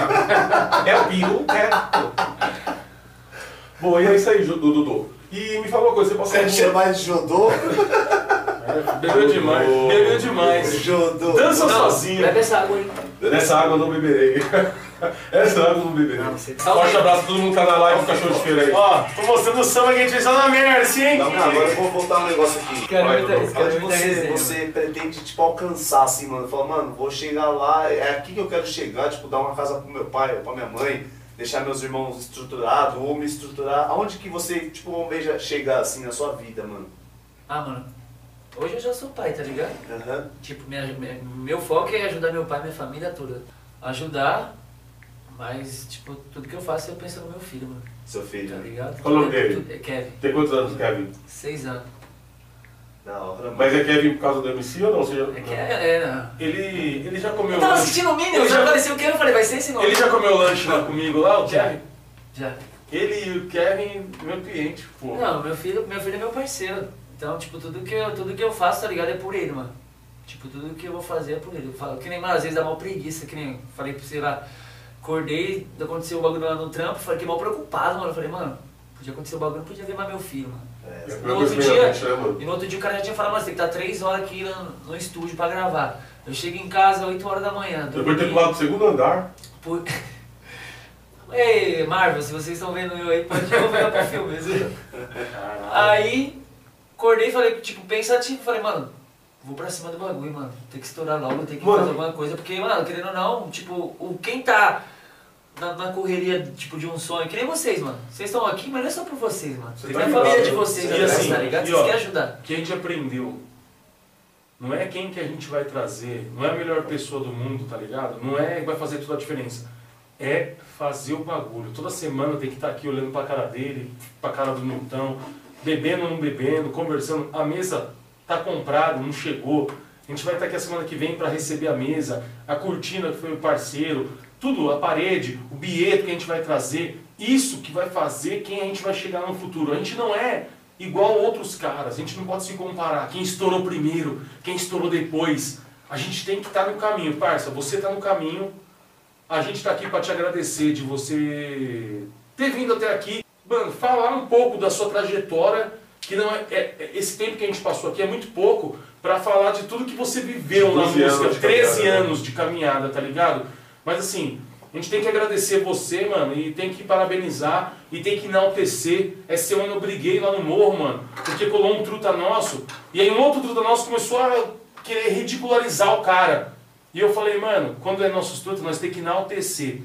S3: é o biru, é. Bom, e é isso aí, Ju- Dudu, Dudu, e me fala uma coisa, você passou
S2: Você me
S3: por...
S2: chamar de Jodô?
S5: Bebeu demais, bebeu demais.
S2: Jodô.
S5: Dança sozinho.
S4: Bebe essa água aí.
S3: Nessa água eu não beberei, essa água eu não beberei. Forte abraço a todo mundo que tá na live do Cachorro de Feira aí.
S5: Ó, tô mostrando o samba que a gente fez lá na Mércia, hein?
S2: Não, não, agora eu vou voltar um negócio aqui.
S5: é
S4: Quero
S3: Vai,
S4: muita
S3: Dudu.
S4: isso, quero
S2: Onde
S4: muita
S2: você,
S4: resenha.
S2: você pretende, tipo, alcançar, assim, mano? Fala, mano, vou chegar lá, é aqui que eu quero chegar, tipo, dar uma casa pro meu pai ou pra minha mãe, deixar meus irmãos estruturados ou me estruturar. Aonde que você, tipo, almeja chegar, assim, na sua vida, mano?
S4: Ah, mano. Hoje eu já sou pai, tá ligado?
S2: Aham.
S4: Tipo, minha, minha- meu foco é ajudar meu pai e minha família toda. Ajudar, mas, tipo, tudo que eu faço eu penso no meu filho, mano.
S2: Seu filho,
S4: Tá
S2: né?
S4: ligado?
S3: Qual o nome dele?
S4: Tudo- É Kevin,
S3: Tem quantos anos, Kevin?
S4: seis anos.
S2: Da hora, mano.
S3: Mas é Kevin por causa do MC ou não? Você já-
S4: É que é, é, não.
S5: Ele, ele já comeu
S4: Eu tava
S5: lanche.
S4: assistindo o Minions, já apareceu o Kevin, eu falei, vai ser esse nome.
S5: Ele já comeu lanche lá comigo lá, o
S4: Já.
S5: Kevin?
S4: Já.
S5: Ele e o Kevin, meu cliente, pô.
S4: Não, meu filho, meu filho é meu parceiro. Então, tipo, tudo que, eu, tudo que eu faço, tá ligado, é por ele, mano. Tipo, tudo que eu vou fazer é por ele. Eu falo, que nem, mano, às vezes dá mal preguiça, que nem, falei pra você lá, acordei, aconteceu o bagulho lá no trampo, falei, que mal preocupado, mano. Eu falei, mano, podia acontecer o bagulho, podia ver mais meu filho, mano.
S2: É,
S3: É a
S4: No
S3: primeira
S4: outro
S3: coisa que
S4: dia,
S3: me lembra, né, mano?
S4: e no outro dia o cara já tinha falado, mano, você tem que estar três horas aqui no, no estúdio pra gravar. Eu chego em casa 8 horas da manhã.
S3: Depois de ter
S4: dormi-
S3: pulado pro segundo andar.
S4: Por... Ei, Marvel, se vocês estão vendo eu aí, pode convidar pro filme. viu? aí, acordei e falei, tipo, pensativo, falei, mano, vou pra cima do bagulho, mano. Tem que estourar logo, tem que
S3: Mano.
S4: fazer alguma coisa, porque, mano, querendo ou não, tipo, o, quem tá na, na correria, tipo, de um sonho, que nem vocês, mano. Vocês estão aqui, mas não é só por vocês, mano.
S3: Você
S4: Tem
S3: tá
S4: a
S3: ligado,
S4: família de
S3: né?
S4: vocês,
S5: E
S4: atrás,
S5: assim,
S4: tá ligado?
S5: e
S4: Vocês
S5: ó,
S4: querem ajudar.
S5: O que a gente aprendeu não é quem que a gente vai trazer, não é a melhor pessoa do mundo, tá ligado? Não é que vai fazer toda a diferença. É fazer o bagulho. Toda semana tem que estar aqui olhando pra cara dele, pra cara do Milton, bebendo ou não bebendo, conversando. A mesa tá comprada, não chegou. A gente vai estar aqui a semana que vem pra receber a mesa, a cortina que foi o parceiro, tudo, a parede, o bilhete que a gente vai trazer. Isso que vai fazer quem a gente vai chegar no futuro. A gente não é igual outros caras. A gente não pode se comparar. Quem estourou primeiro, quem estourou depois. A gente tem que estar no caminho, parça. Você está no caminho. A gente está aqui para te agradecer de você ter vindo até aqui. Mano, falar um pouco da sua trajetória, que não é, é- é- esse tempo que a gente passou aqui é muito pouco para falar de tudo que você viveu na
S3: 12 anos
S5: música,
S3: de
S5: 13
S3: caminhada, né?
S5: anos de caminhada, tá ligado? Mas assim, a gente tem que agradecer você, mano, e tem que parabenizar e tem que enaltecer. É Essa semana eu briguei lá no morro, mano, porque colou um truta nosso, e aí um outro truta nosso começou a querer ridicularizar o cara. E eu falei, mano, quando é nossos truta, nós tem que enaltecer.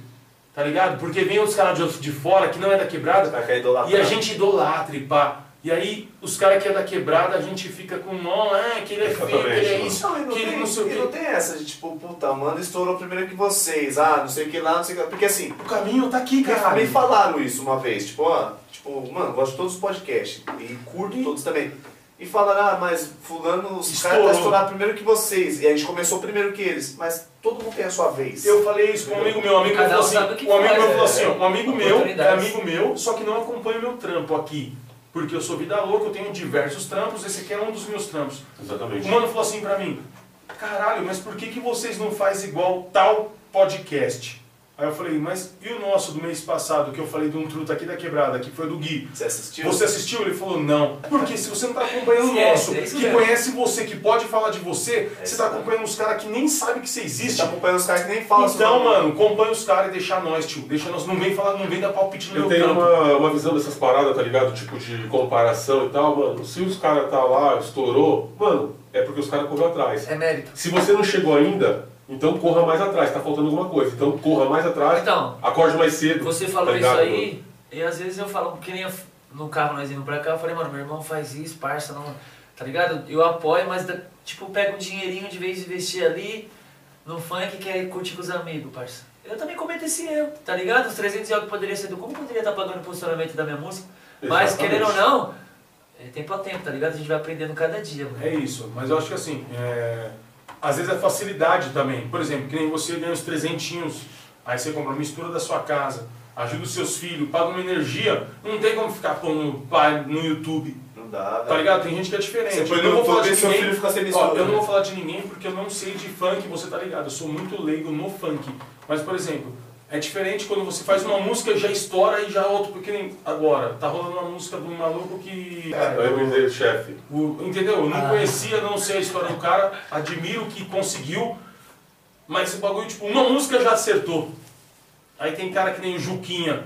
S5: Tá ligado? Porque vem os caras de, de fora que não é da quebrada,
S2: Tá quer idolatrar.
S5: e a gente idolatra, e pá. E aí, os caras que é da quebrada, a gente fica com não, é, que ele é feio, que ele é
S3: Exatamente,
S5: isso,
S2: Não, e não,
S5: que ele
S2: tem,
S5: não sei o
S2: e não
S5: quê.
S2: tem essa de tipo, puta, mano, estourou primeiro que vocês, ah, não sei o que lá, não sei o que lá. Porque assim,
S5: O caminho tá aqui, cara.
S2: Me falaram isso uma vez, tipo, ó, tipo, mano, gosto de todos os podcasts e curto todos também. E falaram, ah, mas fulano, os caras
S5: Estourou.
S2: tá estourado primeiro que vocês. E a gente começou primeiro que eles. Mas todo mundo tem a sua vez.
S5: Eu falei isso com um amigo meu, um amigo meu
S4: Cada um
S5: falou assim,
S4: sabe o que
S5: um amigo
S4: faz,
S5: meu falou
S4: é,
S5: assim, ó, um amigo meu é
S4: oportunidades.
S5: amigo meu, só que não acompanha o meu trampo aqui. Porque eu sou vida louca, eu tenho diversos trampos, esse aqui é um dos meus trampos.
S3: Exatamente.
S5: O mano falou assim pra mim, caralho, mas por que, que vocês não fazem igual tal podcast? Aí eu falei, mas e o nosso do mês passado, que eu falei de um truta aqui da quebrada, que foi do Gui?
S2: Você assistiu?
S5: Você assistiu? Ele falou, não. Porque se você não tá acompanhando o
S4: Esquece,
S5: nosso,
S4: é isso
S5: que
S4: mesmo.
S5: conhece você, que pode falar de você, você
S2: isso
S5: tá
S2: mesmo.
S5: acompanhando uns caras que nem sabem que você existe.
S2: tá acompanhando os caras que nem falam sobre
S5: Então, mano, acompanha os caras e deixa nós, tio. Deixa nós. Não vem falar, não vem dar palpite no
S3: Eu
S5: meu
S3: tenho
S5: campo.
S3: uma, uma visão dessas paradas, tá ligado? Tipo de comparação e tal, mano. Se os caras tá lá, estourou, mano, é porque os caras correu atrás.
S4: É mérito.
S3: Se você não chegou ainda, então corra mais atrás, tá faltando alguma coisa. Então corra mais atrás,
S4: Então,
S3: acorde mais cedo.
S4: Você
S3: tá
S4: falou isso
S3: ligado,
S4: aí, e às vezes eu falo, que nem eu- no carro nós indo pra cá, eu falei, mano, meu irmão faz isso, parça, não. Tá ligado? Eu apoio, mas da- tipo, pego um dinheirinho de vez de investir ali no funk que é curtir com os amigos, parça. Eu também cometo esse erro, tá ligado? Os 300 e algo que poderia ser do. Como poderia estar pagando o posicionamento da minha música? Mas,
S3: Exatamente.
S4: querendo ou não, é tempo a tempo, tá ligado? A gente vai aprendendo cada dia, mano.
S5: É isso, mas eu acho que assim, é, às vezes é facilidade também. Por exemplo, que nem você ganha uns trezentinhos, aí você compra uma mistura da sua casa, ajuda os seus filhos, paga uma energia, não tem como ficar pondo pai no YouTube.
S2: Não dá,
S5: Tá
S2: velho.
S5: ligado? Tem gente que é diferente.
S2: Você põe
S5: Eu não
S2: no
S5: vou falar
S2: YouTube
S5: de
S2: e seu
S5: ninguém-
S2: filho fica sem
S5: Ó,
S2: mistura. né?
S5: Eu não vou falar de ninguém porque eu não sei de funk, você tá ligado? Eu sou muito leigo no funk. Mas, por exemplo, é diferente quando você faz uma música, já estoura e já é outro, porque nem agora, tá rolando uma música de um maluco que.
S3: mano?
S2: É.
S3: Aí eu me dei o chefe.
S5: O- entendeu? Eu não
S4: Ah.
S5: conhecia, não sei a história do cara, admiro que conseguiu, mas o bagulho, tipo, uma música já acertou. Aí tem cara que nem o Juquinha.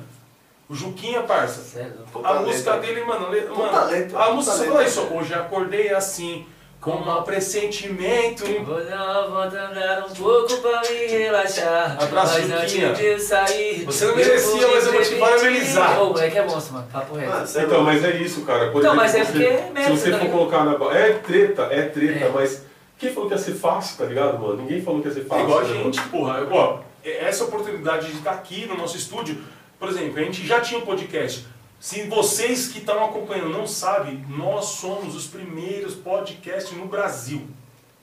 S5: O Juquinha, parça,
S4: Sério.
S2: Puta
S5: a música
S2: letra.
S5: dele, mano, le- mano
S2: talento,
S5: a
S2: puta
S5: música só
S2: letra.
S5: fala isso. ó, Hoje acordei assim, com um mau pressentimento.
S4: Vou dar uma volta andar um pouco pra me relaxar.
S5: Abraço,
S4: mas
S5: Juquinha.
S4: antes de eu sair.
S5: Você não merecia, mas eu vou te
S4: permitir-
S5: parabenizar.
S4: Ô, moleque é monstro, mano. Papo reto.
S2: Mano, você é
S3: Então,
S2: louco.
S3: mas é isso, cara. Por
S4: Então, mas é
S3: se
S4: porque é
S3: você-
S5: né,
S4: mérito,
S3: Se você
S4: tá
S3: for
S4: ligado?
S3: colocar na. ba- É treta, é treta,
S4: É.
S3: mas. Quem falou que ia ser fácil, tá ligado, mano? Ninguém falou que ia ser
S5: É
S3: fácil.
S5: igual a
S3: né, mano?
S5: gente, porra. é, tá Ó, essa oportunidade de estar aqui no nosso estúdio, por exemplo, a gente já tinha um podcast. Se vocês que estão acompanhando não sabem, nós somos os primeiros podcasts no Brasil.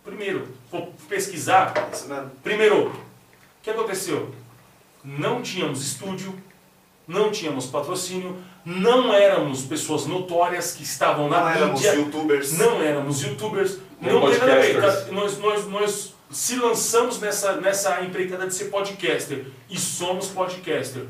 S5: Primeiro, vou pesquisar.
S2: Isso mesmo.
S5: Primeiro, o que aconteceu? Não tínhamos estúdio, não tínhamos patrocínio, não éramos pessoas notórias que estavam na
S2: Não éramos
S5: mídia,
S2: youtubers.
S5: não éramos youtubers,
S3: Nem
S5: não tem nada a ver.
S3: podcasters.
S5: tá? Nós, nós, nós se lançamos nessa, nessa empreitada de ser podcaster e somos podcaster.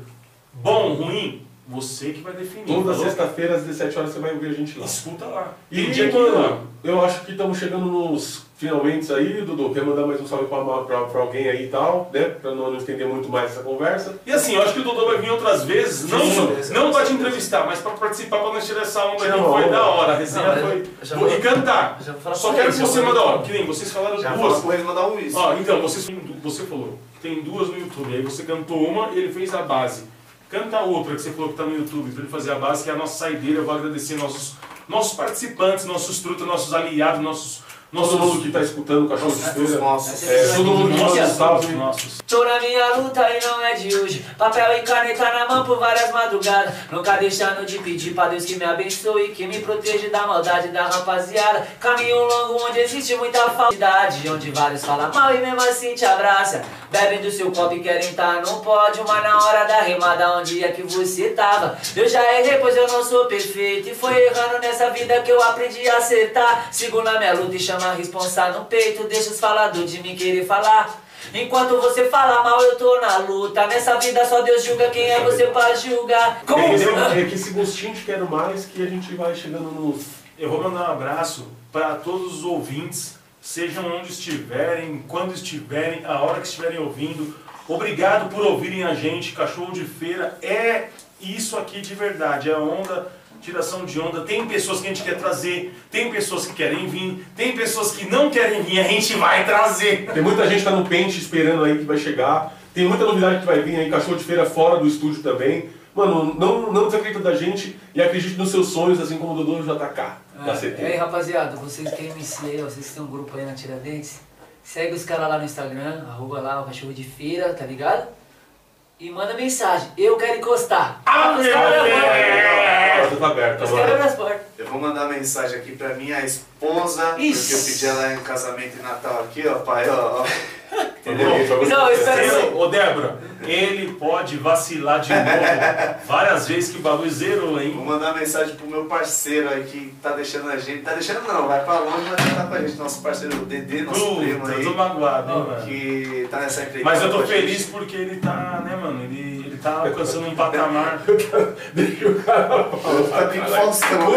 S5: Bom, ruim, você que vai definir.
S3: Toda
S5: falou?
S3: sexta-feira, às 17 horas, você vai ouvir a gente lá.
S5: Escuta lá.
S3: E,
S5: Tem dia que não.
S3: mano, eu acho que estamos chegando nos finalmente aí, Dudu. Quer mandar mais um salve pra, pra, pra alguém aí e tal, né? Pra não, não estender muito mais essa conversa.
S5: E assim, eu acho que o Dodô vai vir outras vezes, não,
S3: Sim,
S5: não pra te entrevistar, mas pra participar, pra não tirar essa onda
S3: Tira
S5: que
S3: uma
S5: foi
S3: onda.
S5: da hora. A resenha
S4: Não,
S5: foi.
S4: eu já
S5: Bom,
S4: vou-
S5: e cantar.
S4: já vou falar
S5: Só
S4: pra
S5: quero que
S4: eles,
S5: você
S4: eu vou-
S5: manda, ó, que nem vocês falaram
S2: Já
S5: duas.
S2: fala com ele mandar um uísque.
S5: Ó, então, vocês, você falou, tem duas no YouTube, aí você cantou uma e ele fez a base. Canta a outra que você falou que tá no YouTube pra ele fazer a base, que é a nossa saideira. Eu vou agradecer nossos, nossos participantes, nossos trutas, nossos aliados, nossos.
S3: Todo
S5: nossos
S3: mundo que tá escutando o Cachorro de Feira.
S2: Nossa.
S3: É, todo mundo que manda um salve.
S5: nossos.
S4: Tô na minha luta e não é de hoje. Papel e caneta na mão por várias madrugadas. Nunca deixando de pedir pra Deus que me abençoe, que me proteja da maldade da rapaziada. Caminho longo onde existe muita falsidade. Onde vários falam mal e mesmo assim te abraça. Bebem do seu copo e querem estar num pódio. Mas na hora da remada, onde é que você tava? Eu já errei, pois eu não sou perfeito. E foi errando nessa vida que eu aprendi a acertar. Sigo na minha luta e chama a responsa no peito. Deixa os faladores de me querer falar. Enquanto você fala mal, eu tô na luta. Nessa vida só Deus julga quem é você pra julgar. Como
S3: Entendeu? É que esse gostinho de quero mais que a gente vai chegando nos.
S5: Eu vou mandar um abraço para todos os ouvintes, sejam onde estiverem, quando estiverem, a hora que estiverem ouvindo. Obrigado por ouvirem a gente. Cachorro de Feira é isso aqui de verdade, é onda, tiração de onda. Tem pessoas que a gente quer trazer, tem pessoas que querem vir, tem pessoas que não querem vir, a gente vai trazer.
S3: Tem muita gente que tá no pente esperando aí que vai chegar. Tem muita novidade que vai vir aí, Cachorro de Feira fora do estúdio também. Mano, não, não desacredita da gente e acredite nos seus sonhos, assim como o Dudu já tá cá,
S4: É.
S3: na CT.
S4: E aí, Ah, rapaziada, vocês que é MC aí, ó, vocês que têm um grupo aí na Tiradentes, segue os caras lá no Instagram, arroba lá o cachorro de feira, tá ligado? E manda mensagem, eu quero encostar.
S5: Ah,
S4: os caras
S5: meu
S4: me apoiam.
S3: A porta tá aberta,
S4: Os caras me
S3: mano.
S4: apoiam.
S2: Eu vou mandar mensagem aqui pra minha esposa,
S4: Ixi.
S2: porque eu pedi ela em casamento e Natal aqui, ó, pai, ó. ó.
S3: Entendeu?
S4: Não, eu
S3: Tá
S4: espero assim.
S5: Zero, ô Débora, ele pode vacilar de novo várias vezes que o bagulho zerou, hein?
S2: Vou mandar mensagem pro meu parceiro aí que tá deixando a gente. Tá deixando não, vai pra longe, mas tá com a gente. Nosso parceiro Dedê, nosso primo
S5: Puta, eu tô
S2: aí,
S5: magoado, hein, mano.
S2: que tá nessa empreitada.
S5: Mas eu tô
S2: com a gente.
S5: feliz porque ele tá, né, mano? Ele, ele tá alcançando um patamar.
S3: Deixa o cara falar.
S2: Tá pique Faustão.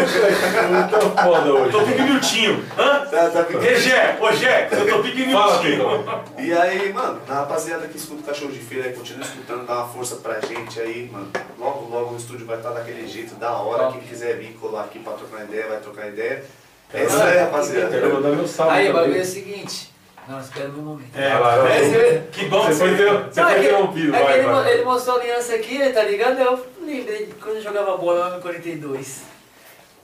S3: Tá foda
S5: Eu tô
S3: hoje.
S5: pique Miltinho. Hã?
S2: Tá, tá pique-
S5: Regé, ô Gé, eu tô pique
S3: Fala,
S5: Miltinho.
S3: Pedro.
S2: E aí, mano, a rapaziada que escuta o Cachorro de Feira aí, continua escutando, dá uma força pra gente aí, mano. Logo, logo o estúdio vai estar daquele jeito, da hora. Quem quiser vir colar aqui pra trocar ideia, vai trocar ideia. É isso aí,
S3: Quero
S2: rapaziada.
S3: mandar meu salve.
S4: Aí, o
S3: também.
S4: bagulho é o seguinte. Não, espera o meu momento.
S3: É, lá, lá,
S4: É,
S3: lá.
S4: você-
S5: Que bom
S3: Você
S5: que
S3: foi
S5: você...
S3: interrom- você foi
S4: que-
S3: interrompido,
S4: é que
S3: vai,
S4: ele, mo- ele
S3: vai.
S4: mostrou a aliança aqui, tá ligado? Eu lembrei de quando eu jogava bola lá no 42.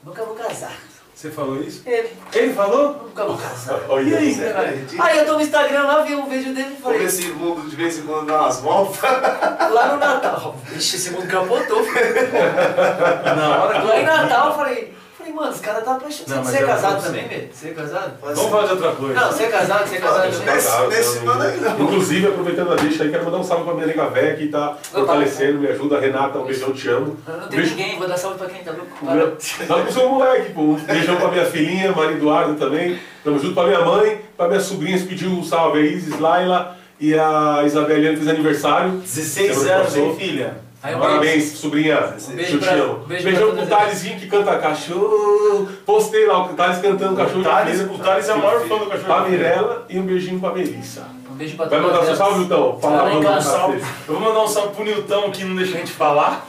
S4: Nunca vou casar.
S5: Você falou isso?
S4: Ele,
S5: Ele falou?
S4: nunca vou casar.
S3: Olha
S2: É
S5: E aí?
S3: isso.
S4: Aí eu tô no Instagram lá, vi um vídeo dele
S2: Como
S4: e falei,
S2: esse mundo de vez em quando dá umas voltas.
S4: lá no Natal. Vixe, esse mundo capotou. filho.
S5: Na hora
S4: Lá em Natal eu falei, falei, mano, os caras tá
S5: Não,
S4: apaixonados.
S5: mas
S4: Você é
S5: eu-
S4: casado
S5: eu-
S4: também, velho? Você é casado?
S5: Vamos falar de outra coisa.
S4: Não, você é casado, você é casado também?
S2: Nesse- nesse mano aí não.
S3: Tá né? Inclusive, aproveitando a deixa aí, quero mandar um salve pra minha nega véia que tá fortalecendo, me ajuda. Renata, um beijão, te amo.
S4: Eu Não tem
S3: Beijo
S4: ninguém, vou dar salve pra quem tá louco.
S3: pro meu-
S4: Para.
S3: Não, pro seu moleque, pô. Um beijão pra minha filhinha, Maria Eduardo também. Tamo junto pra minha mãe, pra minhas sobrinhas que pediu um salve. A Isis, Laila e a Isabeliana fez aniversário.
S5: 16
S3: Semana
S5: anos, hein,
S3: passou.
S5: filha?
S4: Aí eu
S3: Parabéns, sobrinha.
S4: beijo
S3: Eu te
S4: pra-
S3: amo.
S4: beijo
S3: Beijão
S4: pra
S3: pro
S4: todas
S3: Thalesinho que canta cachorro. Postei lá o Thales cantando cachorro.
S5: O Thales,
S3: de
S5: o Thales é o maior fã do
S3: Pra
S5: cachorro.
S3: Mirella e um beijinho pra Melissa.
S4: Um beijo pra
S3: Vai mandar seu
S4: elas.
S3: salve, Lutão?
S4: Tá
S3: Fala,
S4: lá em
S3: manda um
S5: Um
S4: casa.
S3: salve.
S5: salve. Eu vou mandar um salve pro Nilton que não deixa a gente falar.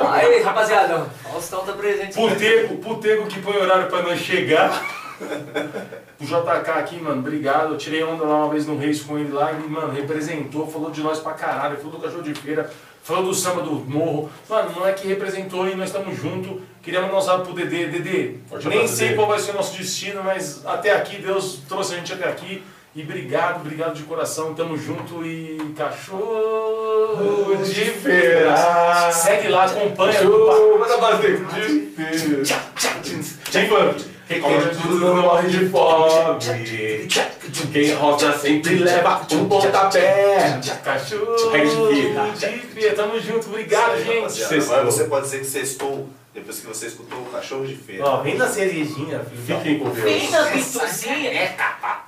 S4: Aí, rapaziada, Faustão tá presente.
S5: Putego, putego que põe horário pra nós chegar. O JK aqui, mano, obrigado. Eu tirei onda lá uma vez no Reis com ele lá e, mano, representou, falou de nós pra caralho, falou do cachorro de feira, falou do samba do morro. Mano, não é que representou e nós estamos junto. Queria mandar um salve pro Dedê. Dedê,
S3: Forte
S5: nem
S3: abraço,
S5: sei
S3: Dedê.
S5: qual vai ser o nosso destino, mas até aqui, Deus trouxe a gente até aqui. E obrigado, obrigado de coração. Tamo junto e cachorro de feira. Segue lá, acompanha.
S3: Mas a base dele. Quem come tudo não morre de fome. Quem roda sempre leva um pontapé.
S5: Cachorro de feira. Tamo junto, obrigado,
S2: Isso aí,
S5: Tá, gente.
S2: rapaziada.
S3: Sextou.
S2: Agora você pode dizer que sextou depois que você escutou o cachorro de feira.
S5: Ó, vem da cerejinha, filho.
S3: Fiquem com Deus.
S9: Fim da pintuzinha.
S5: É capaz.